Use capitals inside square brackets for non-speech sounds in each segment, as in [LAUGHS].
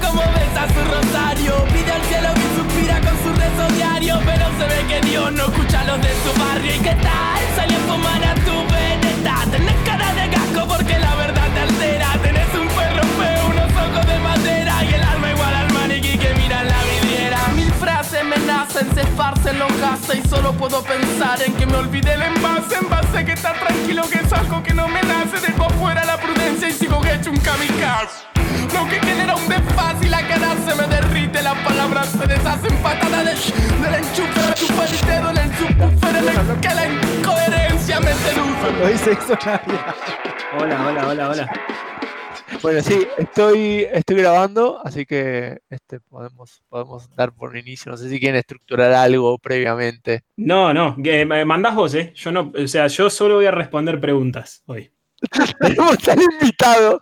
como besa su rosario. Pide al cielo que suspira con su rezo diario. Pero se ve que Dios no escucha a los de su barrio. ¿Y qué tal? Salí a fumar a tu veneta. Tenés cara de casco porque la verdad te altera. Tenés un perro feo, unos ojos de madera. Y el alma igual al maniquí que mira en la vidriera. Mil frases me nacen, se esparcen, lo casa. Y solo puedo pensar en que me olvidé el envase. Envase que está tranquilo, que es algo que no me nace. Dejo afuera la prudencia y sigo hecho un kamikaze. Lo que genera un desfase y la cara se me derrite Las palabras se deshacen patadas de sh- Del enchufe, chupa el dedo en el subwoofer En el que la incoherencia me seduce Lo dice eso nadie. Hola, hola, hola, hola. Bueno, sí, estoy, estoy grabando, así que este, podemos, podemos dar por inicio. No sé si quieren estructurar algo previamente. [LAUGHS] No, no, que, eh, mandás vos, ¿eh? Yo no, o sea, yo solo voy a responder preguntas hoy. Tenemos al invitado.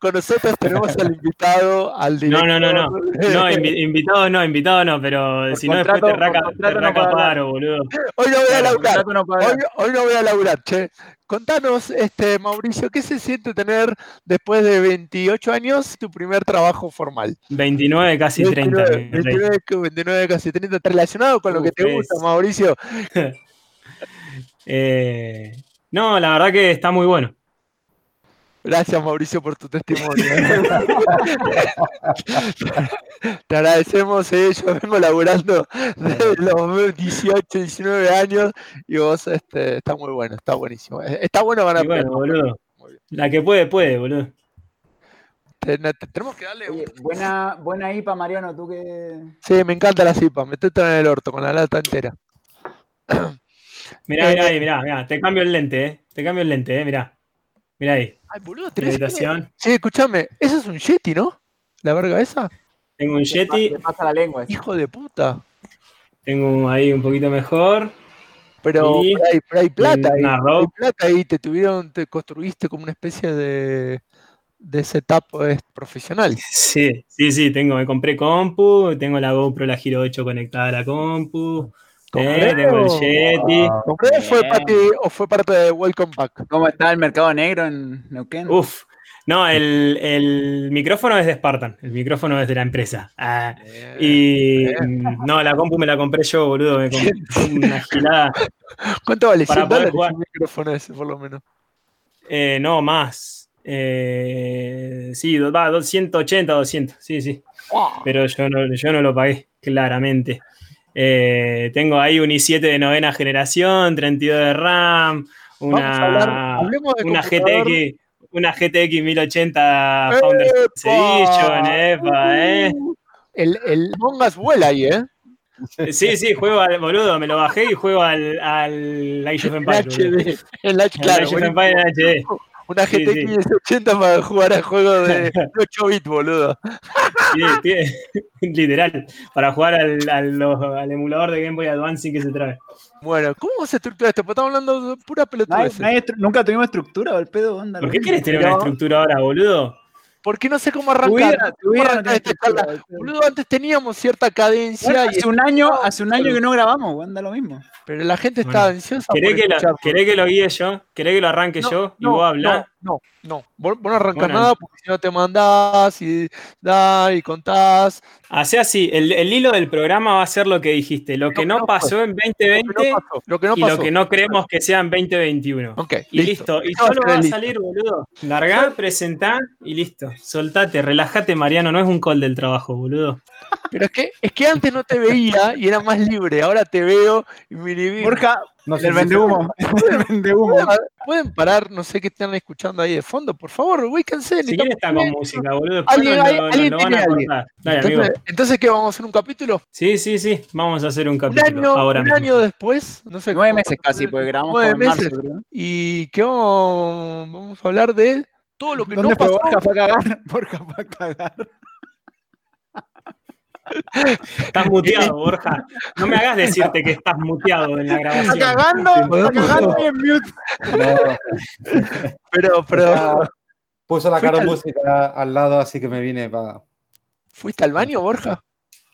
Con nosotros tenemos al invitado, al No, director. no, no, no. No, invi- invitado no, invitado no, pero Por si no después te contrato- raca, por te contrato no raca puedo hablar. paro, boludo. [LAUGHS] Hoy no voy a Claro, laburar. contrato no paga. Hoy, hoy no voy a laburar, che. Contanos, este, Mauricio, ¿qué se siente tener después de 28 años tu primer trabajo formal? 29, casi 30. 29, mi rey. 29, 29, casi 30. ¿Está relacionado con lo que Uf, te es- gusta, Mauricio? Eh, no, la verdad que está muy bueno. Gracias, Mauricio, por tu testimonio. [LAUGHS] Te agradecemos, eh, yo vengo laburando desde los 18, 19 años y vos, este, está muy bueno, está buenísimo. Eh, Está bueno ganar Y bueno, premios. boludo. Muy bien. La que puede, puede, boludo. Te- no, te- Tenemos que darle un... Oye, buena, buena IPA, Mariano, tú que. Sí, me encanta la cipa, metete en el orto con la lata entera. Mirá, Eh, mirá ahí, mirá, mirá. Te cambio el lente, eh. Te cambio el lente, eh, mirá. Mirá ahí. Ay, boludo, Mi habitación. Sí, escúchame, eso es un Yeti, ¿no? La verga esa. Tengo un te pa- Yeti, te pasa la lengua. eso. Hijo de puta. tengo ahí un poquito mejor. Pero, Sí. pero hay, pero hay plata ahí. Una hay rock. plata ahí, te tuvieron, te construiste como una especie de, de setup eh, profesional. Sí, sí, sí, tengo, me compré compu, tengo la GoPro, la Giro 8 conectada a la compu, eh, ¿Compré tengo el o- Yeti. ¿Compré o fue, Bien. parte, o fue parte de Welcome Back? Ah. ¿Cómo está el mercado negro en Neuquén? Uf. No, el, el micrófono es de Spartan, el micrófono es de la empresa. Ah, Eh, y mm, no, la compu me la compré yo, boludo, me compré una gilada. ¿Cuánto vale? para poder 100 dólares jugar. el micrófono ese, por lo menos. Eh, no, más. Eh, sí, do- va, do- 180, 200, sí, sí. Pero yo no, yo no lo pagué, claramente. Eh, tengo ahí un i7 de novena generación, 32 de RAM, Vamos a hablar, una, hablemos de una computador. GTX, una GTX 1080 ¡Epa! Founders Edition, epa, eh. Uh, El, el Among Us vuela ahí, ¿eh? Sí, sí, juego al boludo, me lo bajé y juego al, al Age of En Empires. boludo. HD. El H, Al claro. Age of buenísimo. Empires HD. Una Sí, GTX 1080 para jugar a juegos de 8 bits, boludo. Sí, tiene- [LAUGHS] literal, para jugar al, al- los- al emulador de Game Boy Advance sin que se trabe. Bueno, ¿cómo se estructura esto? Porque estamos hablando de pura No hay- pelotudez. no hay estru- nunca tuvimos estructura, el pedo, onda. ¿Por lo qué mismo. quieres tener una No. estructura ahora, boludo? Porque no sé cómo Tu arrancar. vida- tu vida no arrancar tiene esta estructura, charla. el pedo. Boludo, antes teníamos cierta cadencia, Bueno, y- hace un año, hace un año que no grabamos, anda lo mismo. pero la gente Bueno, está ansiosa por ¿Querés que, lo, escuchar. querés que lo guíe yo? ¿Querés que lo arranque yo? Y vos hablás. No, no, no. Vos, vos no arrancás Bueno. nada porque si no te mandás y, da, y contás. Hacé así, el, el hilo del programa va a ser lo que dijiste, lo que que no no pasó en Lo que 2020 no pasó. Lo que no y pasó. lo que no creemos que sea en 2021. Ok, Y listo, y Eso va a solo ser va a listo. salir, boludo. Largá, presentá y listo. Soltate, relájate, Mariano, no es un call del trabajo, boludo. Pero es que, es que antes no te veía y era más libre. Ahora te veo y me inhibí. Borja, No el vende humo. [LAUGHS] El vende humo. ¿Pueden, pueden parar, no sé qué están escuchando ahí de fondo, por favor, ubíquense. Si quiere está con necesitamos- música, boludo. después Alguien- nos lo- alguien- nos alguien lo van tiene a alguien. cortar. Dale, amigo. Entonces, entonces, ¿qué vamos a hacer un capítulo? Sí, sí, sí. Vamos a hacer un Un capítulo año, ahora un mismo. año después, no sé. Nueve cuánto- meses casi, pues. porque grabamos Nueve como en marzo, meses. creo. Y que vamos, vamos a hablar de todo lo que no ¿Dónde fue pasó. Borja para cagar? Borja para cagar. Estás muteado, Borja. No me hagas decirte que estás muteado en la grabación. cagando, está cagando [LAUGHS] y en mute. Pero, pero, Ah, puso la Fuiste cara al- música al lado, así que me vine para. ¿fuiste al baño, Borja?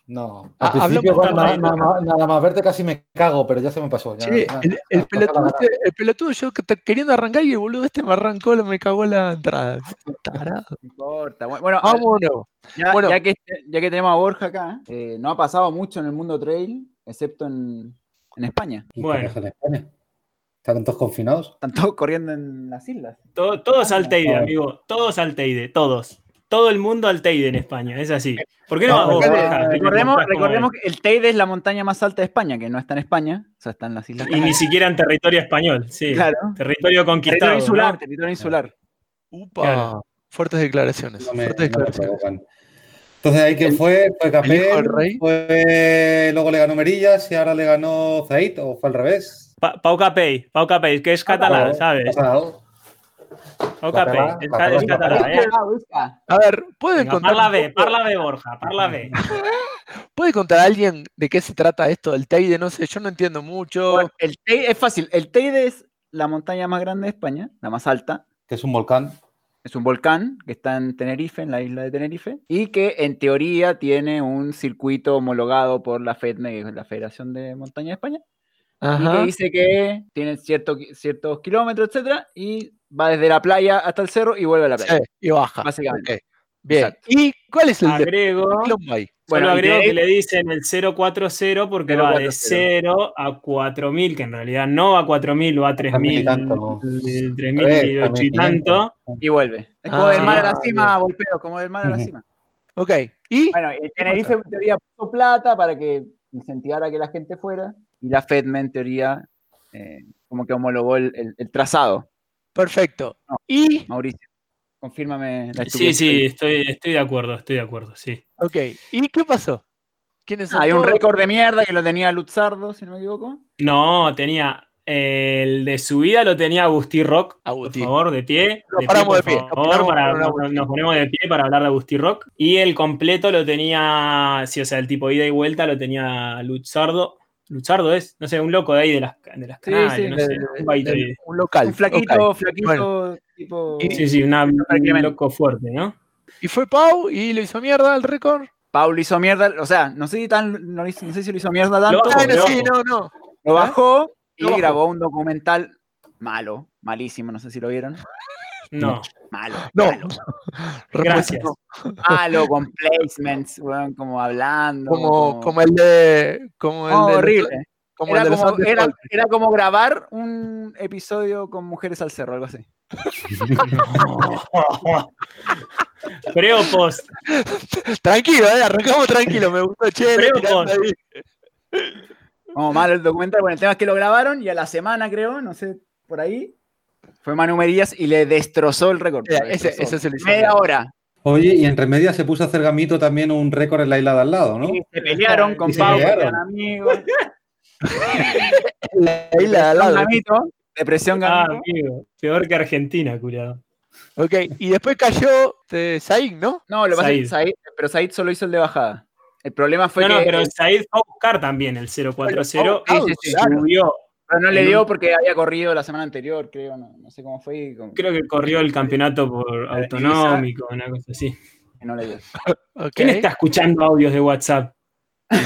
No. Ah, Al principio, hablamos bueno, nada, de- nada más- nada más verte casi me cago, pero ya se me pasó. ya, Che, ya. el, el Ah, pelotudo, ah, este- el pelotudo yo que te- queriendo arrancar y el boludo este me arrancó, me cagó la entrada. Tarado. No importa. Bueno, Bueno, Vámonos. ya, bueno. ya que, ya que tenemos a Borja acá, eh, no ha pasado mucho en el mundo trail, excepto en, en España. ¿Y Bueno. qué pasa en España? ¿Están todos confinados? Están todos corriendo en las islas. Todo- todos al Teide, Ah. amigo. Todos al Teide, todos. Todo el mundo al Teide en España, es así. ¿Por qué no vas Ah, vos, acá le- Oh, Borja? Te eh, Recordemos, mostrás cómo recordemos que el Teide es la montaña más alta de España, que no está en España, o sea, está en las islas. es. Y ni siquiera en territorio español, sí. [LAUGHS] Claro. Territorio conquistado. Territorio insular, ¿no? territorio insular. Upa. Claro. Fuertes declaraciones. No me, fuertes no me declaraciones. provocan. Entonces ahí que fue, fue el hijo del Capel, rey. fue, luego le ganó Merillas y ahora le ganó Zaid, o fue al revés. Pa- Pau Capell, Pau Capell, que es catalán, Claro, ¿sabes? pasado. Pau Capell, Catalán, es, catalán, es catalán, ¿eh? Ah, busca. A ver, ¿puede Venga, contar, parla un B, poco- parla B, Borja, parla B. ¿puede contar a alguien de qué se trata esto del Teide? No sé, yo no entiendo mucho. Bueno, el Teide es fácil. El Teide es la montaña más grande de España, la más alta. Que es un volcán. Es un volcán que está en Tenerife, en la isla de Tenerife, y que en teoría tiene un circuito homologado por la FEDME, que es la Federación de Montaña de España, y Ajá. que dice que tiene cierto, qui- ciertos kilómetros, etcétera, y va desde la playa hasta el cerro y vuelve a la playa. Sí, y baja. Básicamente. Ok, Bien. Exacto. ¿Y cuál es el Ah, de Agrego, Colombay? bueno, Bueno, y de agrego ahí- que le dicen el 040 porque va de 040. 0 a 4000, que en realidad no va a 4000, va a 3000, y tanto. 3008 y 3.500. tanto. y vuelve. Es como Ah, del mar a la bien. cima, golpeo, como del mar a la Ujú. cima. Ok. ¿Y? Bueno, el Tenerife en teoría puso plata para que incentivara que la gente fuera y la FEDME en teoría eh, como que homologó el, el- el trazado. Perfecto. No. ¿Y? Mauricio, confírmame la Sí, estupidez. sí, estoy, estoy de acuerdo, estoy de acuerdo, sí. Ok. ¿Y qué pasó? ¿Quiénes son Ah, hay un todos? récord de mierda que lo tenía Luzardo, si no me equivoco. No, tenía eh, el de subida lo tenía Agustí Rock. Agustí. Por favor, de pie. Nos de paramos pie, de pie, por nos favor, paramos para- con Agustí. nos ponemos de pie para hablar de Agustí Rock. Y el completo lo tenía, sí, o sea, el tipo ida y vuelta lo tenía Luzardo. Luzardo es, no sé, un loco de ahí de las, de las Sí, canales, sí, no De- sé, de- un baito de- ahí. un local. Un flaquito, ok. flaquito, tipo... Sí, sí, una- un Clemente. loco fuerte, ¿no? Y fue Pau y lo hizo mierda el récord. Paulo hizo mierda, o sea, no sé, si tan, no, hizo- no sé si lo hizo mierda tanto. Lo ¿eh? bajó, pero Bueno, lo sí, bajó. no, no. Lo bajó y Lo bajó. grabó un documental malo, malísimo, no sé si lo vieron. No, Malo. No. malo. gracias. [LAUGHS] Repuesto. malo con placements, weón, como hablando. Como, como el de. Como el No, de los- horrible. Como el Era de los como, Andes era- Folk. era como grabar un episodio con mujeres al cerro, algo así. Pre o post. Tranquilo, eh, arrancamos tranquilo. Me gustó, che. Creo la tirada con- ahí. Como malo el documental. Bueno, el tema es que lo grabaron y a la semana, creo, no sé, por ahí, fue Manu Merías y le destrozó el récord. Mira, lo ese- destrozó. ese se lo hizo Media mierda. hora. Oye, y en Remedia se puso a hacer gamito también un récord en la isla de al lado, ¿no? Y se pelearon Y con se Pau, que pelearon. eran amigos. [LAUGHS] Ahí la al lado. Gamito, depresión Ah, gamito. amigo, peor que Argentina, curado. Ok. Y después cayó este, Zayn, ¿no? No, lo que pasa es que Said. Said, pero Said solo hizo el de bajada. El problema fue no, que no, pero Said fue a buscar también el 040 Bueno, sí, y sí, claro. subió. Pero no En le un- dio porque había corrido la semana anterior, creo, no, no sé cómo fue. y como- Creo que corrió el campeonato por Ibiza. autonómico, una cosa así. que no le dio. Ok. ¿Quién está escuchando audios de WhatsApp?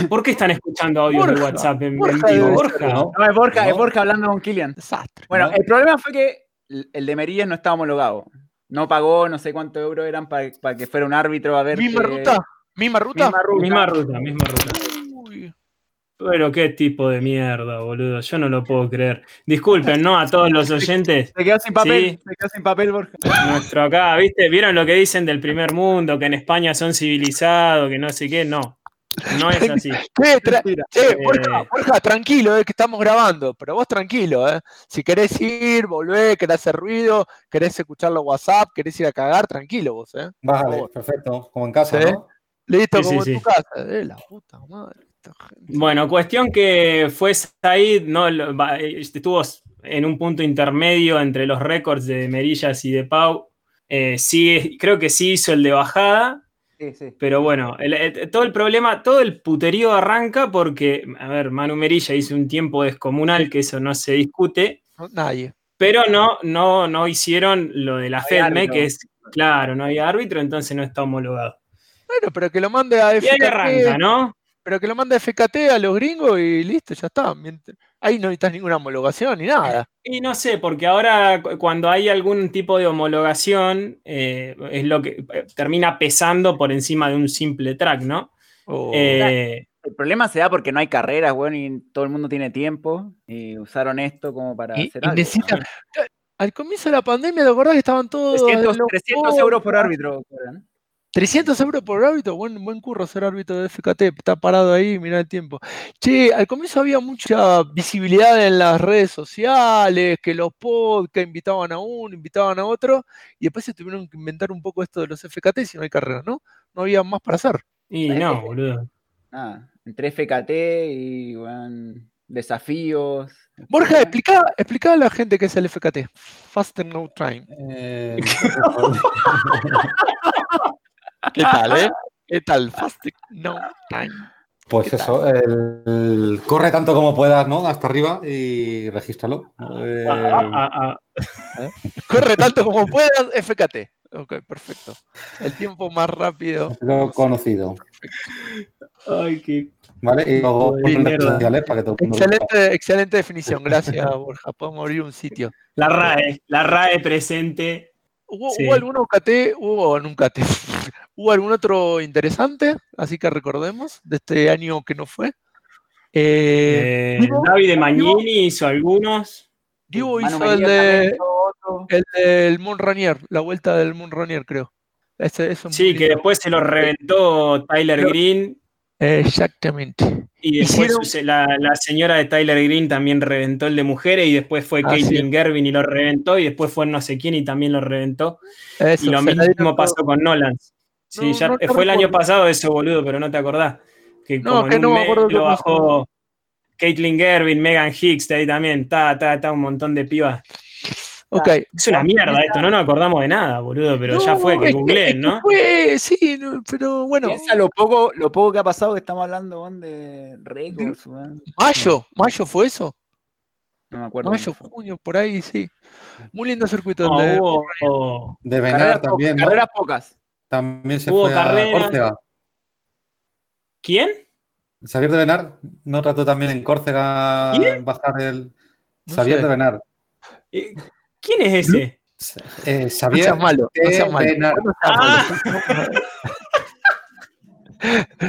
¿Por qué están escuchando audios de Borja. WhatsApp en, en Borja vivo? debe Borja. ¿No? No, es Borja, No. es Borja hablando con Kilian. Desastre. Bueno, No. el problema fue que el el de Merillas no estaba homologado. No pagó, no sé cuántos euros eran para que fuera un árbitro a ver. ¿Misma que- ruta? ¿Misma ruta? Misma ruta. Misma ruta, misma ruta. Uy. Pero qué tipo de mierda, boludo. Yo no lo puedo creer. Disculpen, ¿no? A todos los oyentes. Se quedó sin papel, Sí. se quedó sin papel, Borja. Nuestro acá, ¿viste? ¿Vieron lo que dicen del primer mundo? Que en España son civilizados, que no sé qué. No. No es así. Che, tra- che, Borja, Eh. Borja, tranquilo, eh, que estamos grabando, pero vos tranquilo, eh. Si querés ir, volvé, querés hacer ruido, querés escuchar los WhatsApp, querés ir a cagar, tranquilo vos, eh. Vale, perfecto, como en casa, Sí. ¿no? Listo, Sí, sí, como en sí. tu casa. Eh, la puta madre, esta gente. Bueno, cuestión que fue Said, no, Lo- va- eh, estuvo en un punto intermedio entre los récords de Merillas y de Pau. Eh, sí, creo que sí hizo el de bajada, Sí, sí. pero bueno, el- el- todo el problema, todo el puterío arranca porque, a ver, Manu Merilla hizo un tiempo descomunal, que eso no se discute, No, nadie. pero no, no, no hicieron lo de la No hay FEDME, árbitro. que es, claro, no hay árbitro, entonces no está homologado. Bueno, pero que lo mande a Y ahí FKT, arranca, ¿no? Pero que lo manda FKT a los gringos y listo, ya está. Mientras- Ahí no necesitas ninguna homologación ni nada. Y no sé, porque ahora cu- cuando hay algún tipo de homologación, eh, es lo que eh, termina pesando por encima de un simple track, ¿no? O- Eh, El problema se da porque no hay carreras, weón, y todo el mundo tiene tiempo. Y usaron esto como para y, hacer y algo. Ah, necesitan- Al comienzo de la pandemia, ¿te acordás que estaban todos. 300, los 300 euros por pobres? árbitro. weón. 300 euros por árbitro, buen, buen curro ser árbitro de FKT, está parado ahí, mirá el tiempo. Che, al comienzo había mucha visibilidad en las redes sociales, que los podcasts invitaban a uno, invitaban a otro, y después se tuvieron que inventar un poco esto de los FKT si no hay carrera, ¿no? No había más para hacer. y no, Eh. boludo. Nada, Ah, entre FKT y weón, desafíos. Borja, etcétera. explica, explica a la gente qué es el FKT. Faster No Time. [LAUGHS] Eh, ¿Qué tal, eh? ¿Qué tal? Faster No Time. pues ¿Qué eso, el, el- corre tanto como puedas, ¿no? Hasta arriba y regístralo. ¿no? Eh, Ah, ah, ah, ah. Corre tanto como puedas, FKT. Ok, perfecto. El tiempo más rápido. lo conocido. Ay, qué- ¿Vale? Y luego Pues Uy, ponlo en las redes mierda. sociales para que todo el mundo lo sepa. Excelente, excelente definición, gracias Borja. Podemos abrir un sitio. La RAE, la RAE presente. ¿Hubo, Sí. hubo algún OKT? Hubo en un KT. [LAUGHS] ¿Hubo algún otro interesante? Así que recordemos de este año que no fue. Eh, Eh, Divo, David de Magnini hizo algunos. Diego Manu hizo el, Medina también de, hizo otro. el del Mont Ranier, la vuelta del Mont Ranier, creo. Ese, eso es muy Sí, que lindo. después se los reventó Tyler Lo- Green. Exactamente. Y después Hicieron- su- la, la señora de Tyler Green también reventó el de mujeres. Y después fue Ah, sí. Caitlin Gervin y lo reventó. Y después fue no sé quién y también lo reventó. Eso, y lo se la dieron mismo todo. pasó con Nolan. Sí, No, ya no te fue el año recuerdo. pasado eso, boludo, pero no te acordás. Que No, como que en no un me mes acuerdo qué lo pasó. bajó Caitlin Gervin, Megan Hicks, de ahí también, ta, ta, ta, un montón de pibas. Ok, Es una mierda esto, no nos acordamos de nada, boludo, pero ya No, fue es que que- googleé, ¿no? fue, sí, no, pero bueno, Piensa lo poco, lo poco que ha pasado que estamos hablando, weón, de récords, weón. mayo, mayo fue eso. No me acuerdo. Mayo, junio, por ahí, sí. Muy lindo circuito. No, donde- hubo, hubo- De Carreras Benar pocas, también, ¿no? carreras pocas. También se Hubo fue a carreras. Córcega. ¿Quién? Xavier de Benar no trató también en Córcega ¿Quién? bajar el. No Xavier sé. de Benar. Eh, ¿Quién es ese? Eh, No Xavier seas malo, no de seas [LAUGHS] malo. Benar. No seas malo. Ah,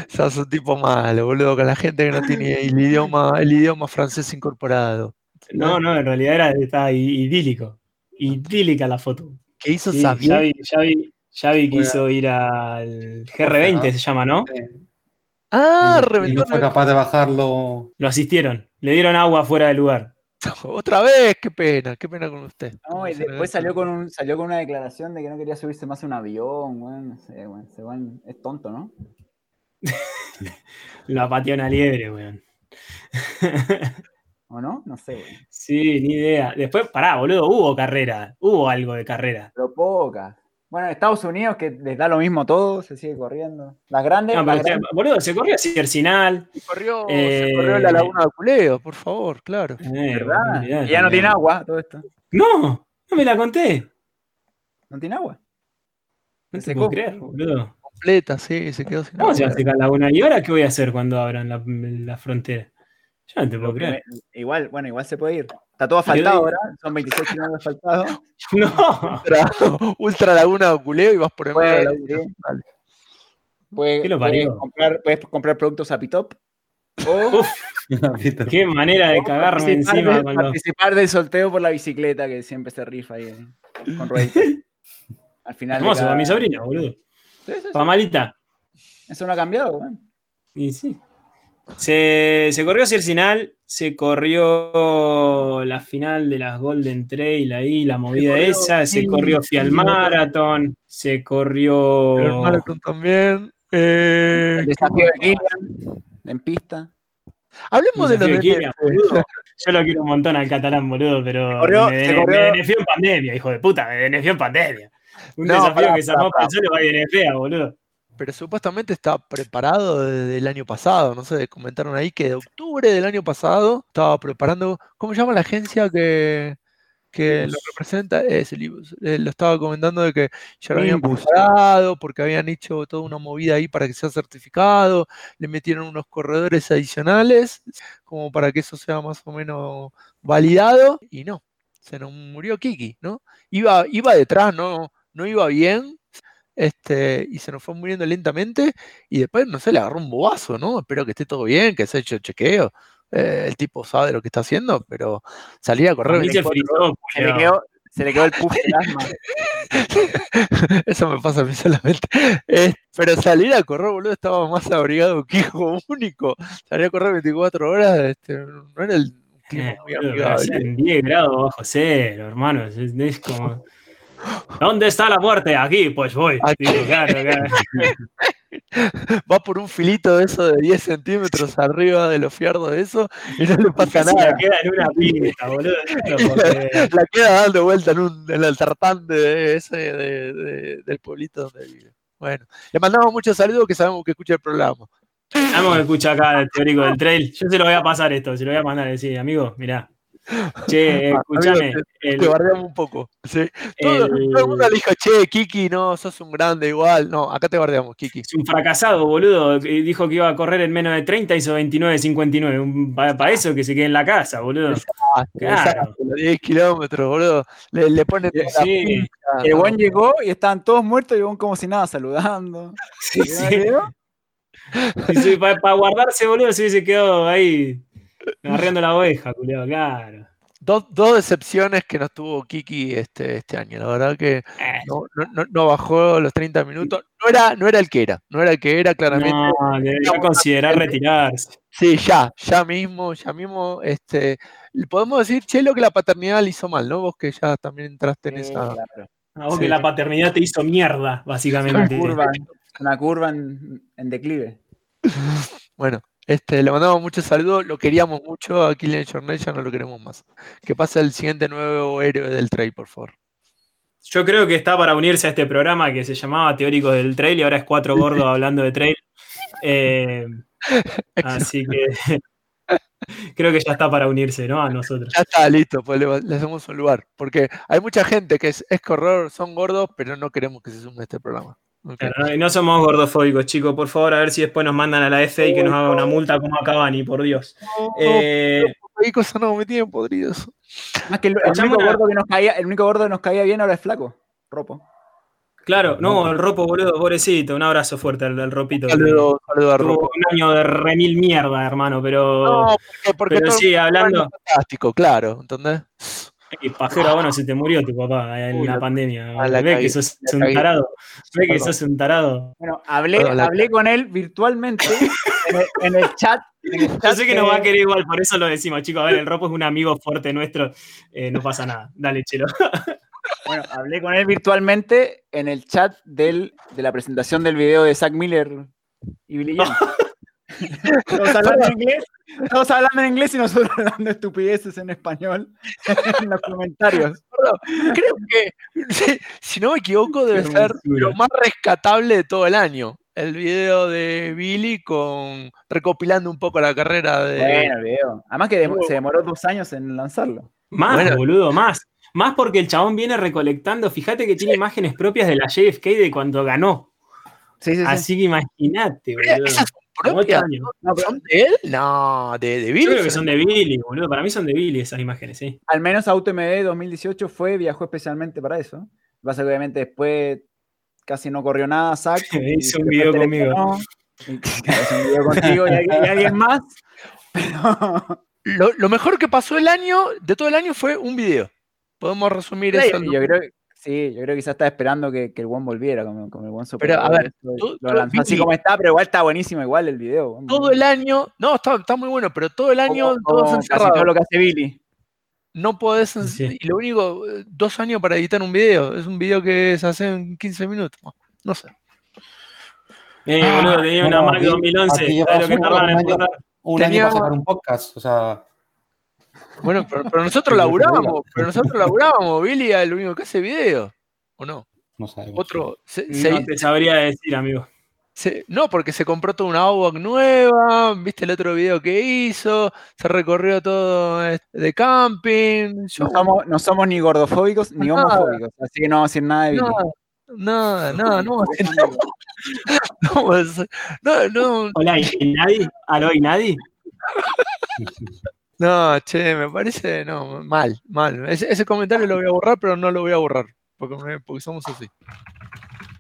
Seas un tipo malo, boludo, con la gente que no tiene el idioma, el idioma francés incorporado. no, no, en realidad era, estaba i- idílico. Idílica la foto. ¿Qué hizo Sí, Xavier? ya vi, ya vi- ya vi que Fue a- hizo ir al GR20, se llama, ¿no? Eh, Ah, y no- y reventó no fue capaz [LAUGHS] de bajarlo. [LAUGHS] Lo asistieron, le dieron agua fuera del lugar. otra vez, qué pena, qué pena con usted. No, y este. después salió con, un, salió con una declaración de que no quería subirse más a un avión, weón. No sé, weón. Se van, es tonto, ¿no? Lo pateó una liebre, weón. ¿O no? No sé, weón. sí, ni idea. Después, pará, boludo, hubo carrera, hubo algo de carrera. Pero pocas. Bueno, en Estados Unidos que les da lo mismo todo, se sigue corriendo. Las grandes, No, las pero, grandes- se- boludo, se corrió así Arsenal. Se corrió, Eh, se corrió la laguna de Culeo, por favor, claro. Eh, ¿verdad? olvidate, Y ya no tiene agua, todo esto. No, no me la conté. No tiene agua. No Se te secó. puedo creer, boludo. Completa, sí, se quedó sin ¿Cómo se va a agua. secar la laguna? ¿Y ahora qué voy a hacer cuando abran la, la frontera? Yo no te puedo creer. Me- Igual, bueno, igual se puede ir. Está todo asfaltado digo- ahora, son 26 kilómetros asfaltados. [LAUGHS] No, Ultra, [LAUGHS] ultra laguna de Culeo y vas por el medio de la Puedes, laguna. Dale. puedes- ¿Qué lo puedes parió? comprar, puedes comprar productos Apitop. [LAUGHS] O qué manera de cagarme participar encima del- con los participar del sorteo por la bicicleta que siempre se rifa ahí eh, con [LAUGHS] rueditas. Al final. de hermosos cada- a mi sobrino, boludo. Sí, sí, sí. Pamalita. Eso no ha cambiado, weón. Y sí. Se, se corrió Circinal, se corrió la final de las Golden Trail ahí, la movida corrió- esa, se sí, corrió Fial sí. Marathon, se El corrió. Marathon también. eh, El desafío de Gillian en pista. hablemos de desafío los de Kenia, DNF. boludo. Yo lo quiero un montón al catalán, boludo, pero corrió- me, se dene- corrió- me denefió en pandemia, hijo de puta, me denefió en pandemia. Un No, desafío pará, que se armó pará, para solo va a denefea, boludo. Pero supuestamente está preparado desde el año pasado, no sé, comentaron ahí que de octubre del año pasado estaba preparando, ¿cómo se llama la agencia que que lo representa es el Ibus. Eh, lo estaba comentando de que ya lo habían preparado, porque habían hecho toda una movida ahí para que sea certificado, le metieron unos corredores adicionales, como para que eso sea más o menos validado, y no, se nos murió Kiki, ¿no? Iba, iba detrás, no, no iba bien, este, y se nos fue muriendo lentamente, y después, no sé, le agarró un bobazo, ¿no? Espero que esté todo bien, que se ha hecho el chequeo. Eh, el tipo sabe lo que está haciendo, pero salir a correr. A mí se frizó, Se le quedó, se le quedó el puff del asma. [LAUGHS] Eso me pasa a mí solamente. Eh, pero salir a correr, boludo, estaba más abrigado que hijo único. Salir a correr 24 horas, este, no era el clima Eh, muy boludo, amigable. hacían 10 grados bajo cero, hermano. Es, es como. ¿Dónde está la muerte? Aquí, pues voy. Aquí. Digo, claro, [LAUGHS] claro. Va por un filito de eso de 10 centímetros arriba de los fiardos de eso y no le pasa Casi nada. la queda en una pinta, boludo. [LAUGHS] Esto porque- La queda dando vuelta en, un, en el tartán de ese de- de- del pueblito donde vive. Bueno, le mandamos muchos saludos que sabemos que escucha el programa. Vamos que escucha acá el teórico del trail. Yo se lo voy a pasar esto, se lo voy a mandar. Decir, amigo, mirá. [LAUGHS] Che, eh, escúchame. el- Te bardeamos un poco. ¿sí? Todo, el- todo el mundo le dijo, che, Kiki, no, sos un grande igual. No, acá te bardeamos, Kiki. es un fracasado, boludo. que Dijo que iba a correr en menos de 30, hizo 29.59. Para eso que se quede en la casa, boludo. Ah, Claro. Eh, los 10 kilómetros, boludo. Le, le ponen toda la Sí. pinta, El ¿no? buen llegó y estaban todos muertos y el buen como si nada saludando. Sí, ¿Ya llegó? [LAUGHS] para guardarse, boludo, se hubiese quedado ahí agarrando la oveja, culiado, claro. Dos, dos decepciones que nos tuvo Kiki este, este año. La verdad que Eh, no, no- no- no bajó los 30 minutos. No era, no era el que era. No era el que era, claramente. No, debería considerar retirarse. Sí, ya, ya mismo, ya mismo, este, le podemos decir, Chelo, que la paternidad le hizo mal, ¿no? Vos que ya también entraste en Sí, esa. claro. A Ah, vos Sí. que la paternidad te hizo mierda, Una básicamente. curva, una curva en, en declive. Bueno, este, le mandamos muchos saludos, lo queríamos mucho a Kylian Jornet, ya no lo queremos más. Que pase el siguiente nuevo héroe del trail, por favor. Yo creo que está para unirse a este programa que se llamaba Teóricos del Trail y ahora es Cuatro [LAUGHS] Gordos hablando de trail. Eh, así que [LAUGHS] creo que ya está para unirse, ¿no? A nosotros. Ya está, listo, pues le, va- le hacemos un lugar. Porque hay mucha gente que es, es corredor, son gordos, pero no queremos que se sume a este programa. Ok. Claro, No somos gordofóbicos, chicos. Por favor, a ver si después nos mandan a la FA y que nos haga una multa como a Cavani, por Dios. Oh, Eh, Hay cosas no me tienen podridos. Más que el, el Echame único una- gordo que nos caía, el único gordo que nos caía bien ahora es flaco. Ropo. Claro, no, el ropo, boludo, pobrecito. Un abrazo fuerte al, al ropito. Saludos, saludos a Tuvo Ropo. un año de remil mierda, hermano, pero, No, porque, porque pero todo el sí, hablando. mundo es fantástico, claro, ¿entendés? Y pajero, bueno, se te murió tu papá en Uy, la la- pandemia. ah, la Ve cagué, que sos la un cagué. tarado. Ve que Perdón. sos un tarado. Bueno, hablé, Hola. hablé con él virtualmente en el, en el chat. en el [LAUGHS] Yo chat sé que nos va a de- querer igual, por eso lo decimos, chicos. A ver, el ropo es un amigo fuerte nuestro. eh, no pasa nada. Dale, [LAUGHS] chelo. Bueno, hablé con él virtualmente en el chat del, de la presentación del video de Zack Miller y Billy [LAUGHS] Jean. Todos hablando en inglés, todos hablando en inglés y nosotros [LAUGHS] hablando estupideces en español [LAUGHS] en los comentarios. Creo que, si, si no me equivoco, debe Qué ser hermosura. lo más rescatable de todo el año. El video de Billy con recopilando un poco la carrera de. Bueno, el video. Además que dem- se demoró dos años en lanzarlo. Más, Bueno. boludo, más. Más porque el chabón viene recolectando. Fíjate que tiene imágenes propias de la JFK de cuando ganó. Sí, sí, sí. Así que imagínate, boludo. Eh, ¿Esas son Como otro propias? año. No, pero ¿Son de él? No, de, de Billy. Yo creo que son de Billy, boludo. Para mí son de Billy esas imágenes, sí. al menos AutoMD 2018 fue, viajó especialmente para eso. Lo que pasa es que obviamente después casi no corrió nada, Zack. y [LAUGHS] Hizo un se fue video Telecanó, y- claro, hizo un video contigo y, alguien- y alguien más. Pero Lo, lo mejor que pasó el año, de todo el año, fue un video. Podemos resumir eso. en- yo creo, sí, yo creo que quizás estaba esperando que, que el One volviera, como, como el One Pero, a ver, tú- lo tú, lanzó así Vicky. como está, pero igual está buenísimo igual el video. Juan, Todo boludo. el año, no, está, está muy bueno, pero todo el año, Como- todos como casi encerrados. todo lo que hace Billy. No podés, ens- Sí. y lo único, eh, dos años para editar un video. Es un video que se hace en 15 minutos. No, No sé. Eh, Ah, boludo, tenía una no, Mac aquí- 2011. ¿Sabes aquí lo que llevamos tardaban en un año. importar? Un año Teníamos- para sacar un podcast, o sea, Bueno, pero, pero nosotros laburábamos, pero nosotros laburábamos, Billy es el único que hace video. ¿O no? no sabemos. Otro, se- No se- te sabría decir, amigo. Se- no, porque se compró toda una AWAC nueva, viste el otro video que hizo, se recorrió todo eh, de camping. Yo, No somos, no somos ni gordofóbicos ni Nada. homofóbicos, así que no vamos a decir nada de Billy. nada, nada, nada, no, [LAUGHS] no, no, no, Hola, ¿y nadie? ¿Aló, y nadie? no, che, me parece, no, mal, mal. Ese, ese comentario lo voy a borrar, pero no lo voy a borrar, porque, me- porque somos así.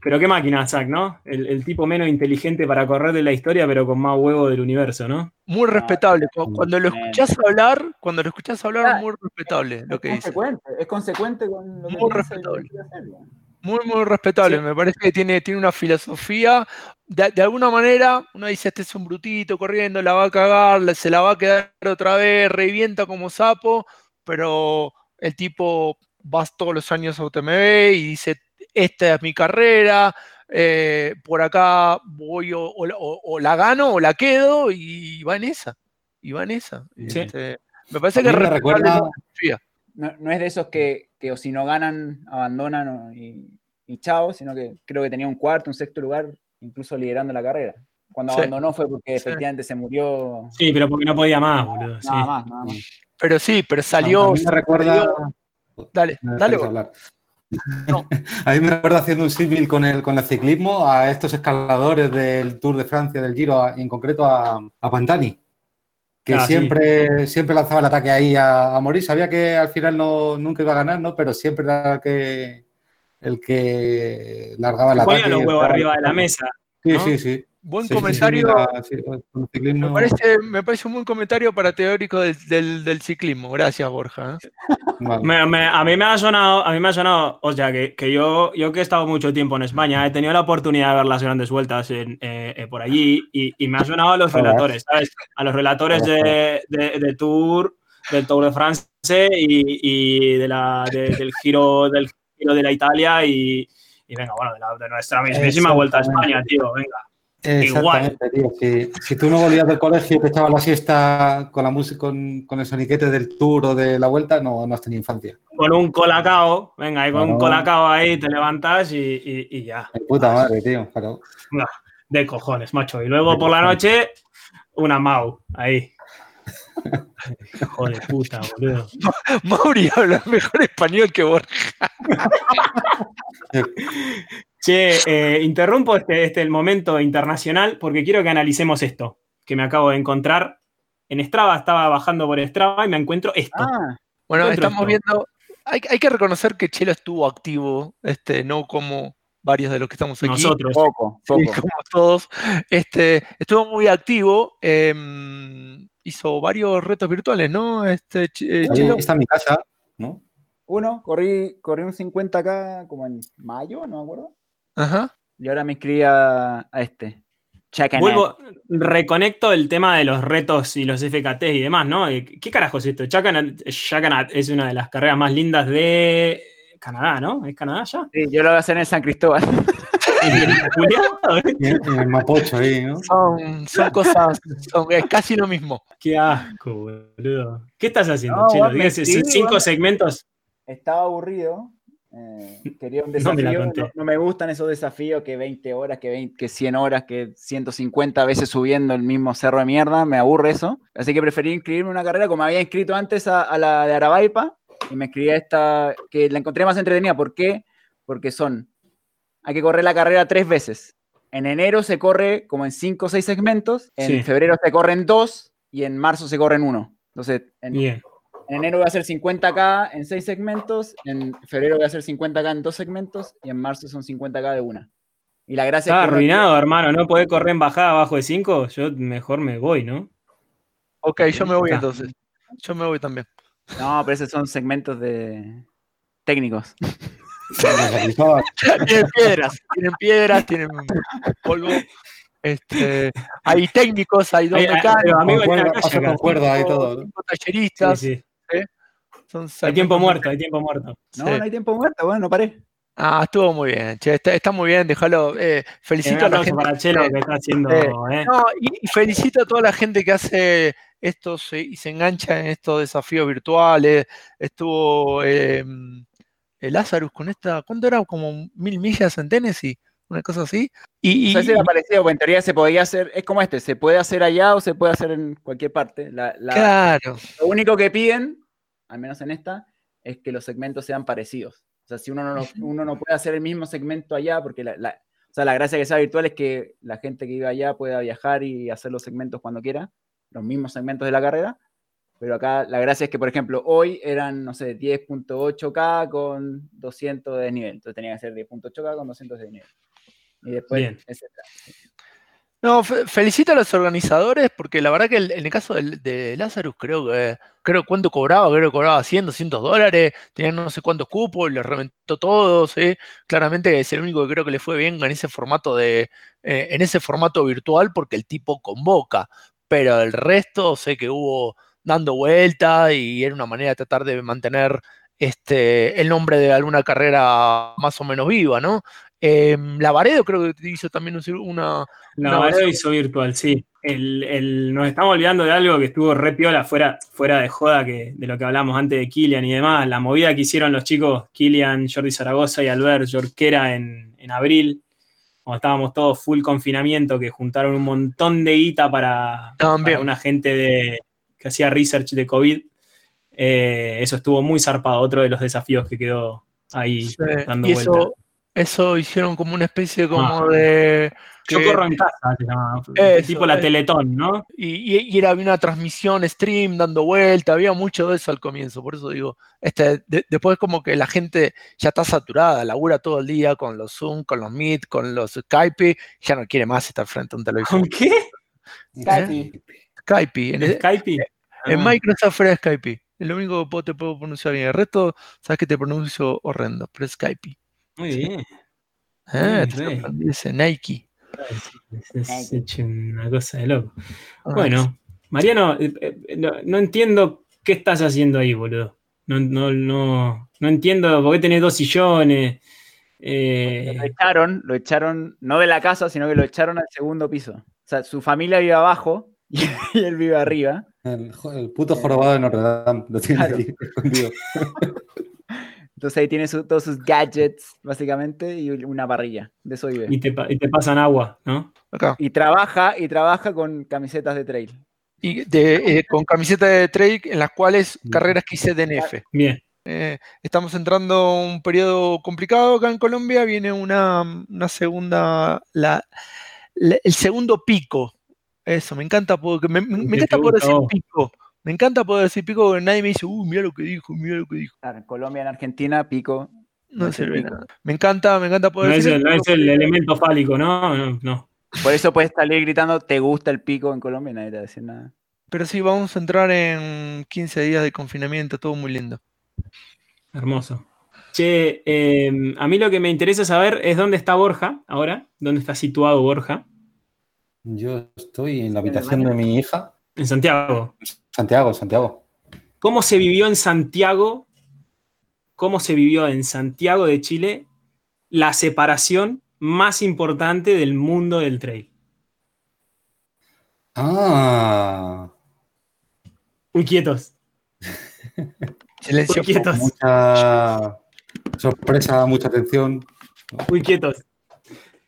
Pero qué máquina, Zack, ¿no? El, el tipo menos inteligente para correr de la historia, pero con más huevo del universo, ¿no? Muy respetable. cu- Cuando lo tremendo. escuchás hablar, cuando lo escuchás hablar, Ah, muy respetable lo que es dice. consecuente, es consecuente con lo que piensa y Muy lo que respetable. quiere hacer, ¿no? Muy, muy respetable. Me parece que tiene, tiene una filosofía. De, de alguna manera, uno dice, este es un brutito corriendo, la va a cagar, la- se la va a quedar otra vez, revienta como sapo, pero el tipo va todos los años a UTMB y dice, esta es mi carrera, eh, por acá voy o, o la- o- o la gano o la quedo y va en esa. Y va en esa. Sí. Este, me A parece mí que es me respetable recuerda- la filosofía. No, no es de esos que, que o si no ganan, abandonan o- y, y chao, sino que creo que tenía un cuarto, un sexto lugar, incluso liderando la carrera. Cuando Sí. abandonó fue porque Sí. efectivamente se murió Sí, pero porque no podía más, boludo. sí. nada más, nada más. Pero sí, pero A salió. mí me recuerda. salió- dale, Me dale. dejáis vos. hablar. No. [LAUGHS] A mí me recuerda haciendo un símil con el, con el ciclismo a estos escaladores del Tour de Francia, del Giro, a- en concreto a, a Pantani, que Ah, sí. siempre, siempre lanzaba el ataque ahí a, a morir. Sabía que al final no, nunca iba a ganar, ¿no? pero siempre era el que, el que largaba el ataque. Ponía los huevos arriba de la mesa. Sí, ¿no? sí, sí. Buen Sí, sí, sí, comentario. mira, sí, con el ciclismo- Me parece, me parece un buen comentario para teórico del, del- del ciclismo. Gracias, Borja. ¿eh? [LAUGHS] Vale. Me- me- a mí me ha sonado, a mí me ha sonado, o sea, que, que yo, yo que he estado mucho tiempo en España, he tenido la oportunidad de ver las grandes vueltas en, eh, eh, por allí y, y me ha sonado a los Joder. relatores, ¿sabes? A los relatores de, de- de Tour, del Tour de France y, y de la, de- del giro del giro de la Italia y, y venga, bueno, de, la- de nuestra mismísima vuelta a España, tío, venga. Exactamente, tío. Si, si tú no volvías del colegio y te echabas la siesta con la música, con, con el soniquete del tour o de la vuelta, no, no has tenido infancia. Con un colacao, venga, ahí con un Claro. colacao ahí te levantas y, y- y ya. De Ah, puta madre, tío. claro. De cojones, macho. Y luego por la noche, una Mau, ahí. Hijo de puta, boludo. Mauri habla mejor español que Borja. Che, eh, interrumpo este, este el momento internacional porque quiero que analicemos esto que me acabo de encontrar. En Strava estaba bajando por Strava y me encuentro esto. Ah, Bueno, Encuentro esto. estamos viendo. Hay, hay que reconocer que Chelo estuvo activo, este, no como varios de los que estamos aquí. Nosotros. poco, sí, poco. [LAUGHS] como todos. Este, estuvo muy activo. em, hizo varios retos virtuales, ¿no? Este, Ch- eh, Ahí Chelo. está mi casa, ¿no? Uno, corrí, corrí un 50 acá como en mayo, no me acuerdo. Ajá. Y ahora me inscribí a, a este. Chacanet. Vuelvo, reconecto el tema de los retos y los FKT y demás, ¿no? Eh, ¿Qué carajo es esto? Chacanat, Chacanat es una de las carreras más lindas de Canadá, ¿no? ¿Es Canadá ya? Sí, yo lo voy a hacer en el San Cristóbal. Juliado, ¿eh? En en el mapocho ahí, [LAUGHS] ¿no? Son, son cosas, son- es casi lo mismo. Qué asco, boludo. ¿Qué estás haciendo, No, Chelo? vos me- Diez- sí, cinco vos- segmentos. Estaba aburrido. eh, quería un [LAUGHS] No me desafío. la No no me, conté. gustan esos desafíos que 20 horas, que, 20 que 100 horas, que 150 veces subiendo el mismo cerro de mierda. Me aburre eso. Así que preferí inscribirme en una carrera como había inscrito antes a, a la de Arabaipa. Y me inscribí a esta, que la encontré más entretenida. ¿Por qué? Porque son. Hay que correr la carrera tres veces. En enero se corre como en cinco o seis segmentos. En Sí. febrero se corren dos. Y en marzo se corren uno. Entonces, en, Bien. en enero voy a hacer 50k en 6 segmentos, en febrero voy a hacer 50k en 2 segmentos y en marzo son 50k de una. Y la gracia Estaba es que uno- arruinado, hermano. No podés correr en bajada abajo de cinco. Yo mejor me voy, ¿no? Ok, yo me voy Está. entonces. Yo me voy también. No, pero esos son segmentos de técnicos. tienen piedras, tienen piedras, tienen polvo. Este, hay técnicos, hay dos Ay, ay, mecánicos, pero Con amigo, hay una cuerda, calle paso acá. con cuerda y todo. ¿no? cinco Sí, talleristas. sí. son Hay tiempo segmentos- muerto, hay tiempo muerto. No, Sí. no hay tiempo muerto, bueno, no paré. Ah, estuvo muy bien. che, está, está muy bien, déjalo. eh, Un felicito a la aplauso gente. para Chelo que está haciendo. Eh, eh. No, y, y felicito a toda la gente que hace estos eh, y se engancha en estos desafíos virtuales. mm, eh, Estuvo eh, el Lazarus con esta. ¿Cuánto era? Como mil millas en Tennessee. una cosa así. Y, y- O sea, ese era parecido, porque en teoría se podía hacer, es como este, se puede hacer allá o se puede hacer en cualquier parte. La- la- claro, Lo único que piden, al menos en esta, es que los segmentos sean parecidos. O sea, si uno no, lo- uno no puede hacer el mismo segmento allá, porque la, la- o sea, la gracia que sea virtual es que la gente que vive allá pueda viajar y hacer los segmentos cuando quiera, los mismos segmentos de la carrera. Pero acá la gracia es que, por ejemplo, hoy eran, no sé, 10.8K con 200 de desnivel. Entonces tenía que ser 10.8K con 200 de desnivel. Y después, Bien. etcétera. No, fe- felicito a los organizadores porque la verdad que el- en el caso del- de, Lazarus creo que creo cuánto cobraba, creo que cobraba 100, 200 dólares, tenían no sé cuántos cupos, les reventó todos, ¿eh? Claramente es el único que creo que le fue bien en ese formato de eh, en ese formato virtual porque el tipo convoca, pero el resto sé que hubo dando vuelta y era una manera de tratar de mantener este el nombre de alguna carrera más o menos viva, ¿no? Em, Lavaredo creo que hizo también un cir- una La No, Valeo eso- hizo virtual, sí. El- el- nos estamos olvidando de algo que estuvo re piola fuera, fuera de joda que, de lo que hablamos antes de Kilian y demás. La movida que hicieron los chicos, Kilian, Jordi Zaragoza y Albert Yorquera en, en abril, cuando estábamos todos full confinamiento, que juntaron un montón de guita para, También. para una gente de, que hacía research de COVID. Eh, eso estuvo muy zarpado, otro de los desafíos que quedó ahí Sí, dando y vuelta. eso, eso hicieron como una especie como Ah. de. Yo que- corro en casa, se llamaba. Eso, tipo la eh. Teletón, ¿no? Y, y- y era, había una transmisión stream dando vuelta, había mucho de eso al comienzo, por eso digo, este, de- después como que la gente ya está saturada, labura todo el día con los Zoom, con los Meet, con los Skype, ya no quiere más estar frente a un televisor. [LAUGHS] ¿Con qué? Casi. Skype, en, ¿El Skype? en Ah. Microsoft era Skype, es lo único que puedo- te puedo pronunciar bien, el resto, sabes que te pronuncio horrendo, pero es Skype. Muy bien. Ah, Sí, te sí. sorprendí, dice Nike. Es, es hecho una cosa de loco. Ah, Bueno, Mariano, eh, eh, no, no entiendo qué estás haciendo ahí, boludo. No, no, no, no entiendo por qué tenés dos sillones. Eh, Lo echaron, lo echaron, no de la casa, sino que lo echaron al segundo piso. O sea, su familia vive abajo [LAUGHS] y, él vive arriba. El, jo- el puto jorobado de Notre Dame lo tiene Claro. ahí [LAUGHS] escondido. Entonces ahí tiene su- todos sus gadgets, básicamente, y una parrilla. De eso vive. y, te, pa- y te pasan agua, ¿no? acá. Y trabaja, y trabaja con camisetas de trail. Y de, eh, con camiseta de trail en las cuales carreras que hice DNF. Bien. Eh, estamos entrando a un periodo complicado acá en Colombia, viene una, una segunda, la, la- el segundo pico. Eso, me encanta poder, me, me- me Te encanta pregunto poder decir a vos. pico. Me encanta poder decir pico porque nadie me dice, uy, mira lo que dijo, mira lo que dijo. Claro, Ah, en Colombia, en Argentina, pico. No Es el sirve de pico. nada. Me encanta, me encanta poder No es, decir el, no pico. es el elemento fálico, ¿no? No, no. Por eso puedes salir gritando, ¿te gusta el pico en Colombia? Y nadie te va a decir nada. Pero sí, vamos a entrar en 15 días de confinamiento, todo muy lindo. Hermoso. Che, eh, a mí lo que me interesa saber es dónde está Borja ahora, dónde está situado Borja, Yo estoy en la habitación de mi hija. en Santiago. Santiago, Santiago. ¿Cómo se vivió en Santiago? ¿Cómo se vivió en Santiago de Chile la separación más importante del mundo del trail? Ah, Muy quietos, [LAUGHS] Silencio. muy quietos, mucha sorpresa, mucha atención. muy quietos.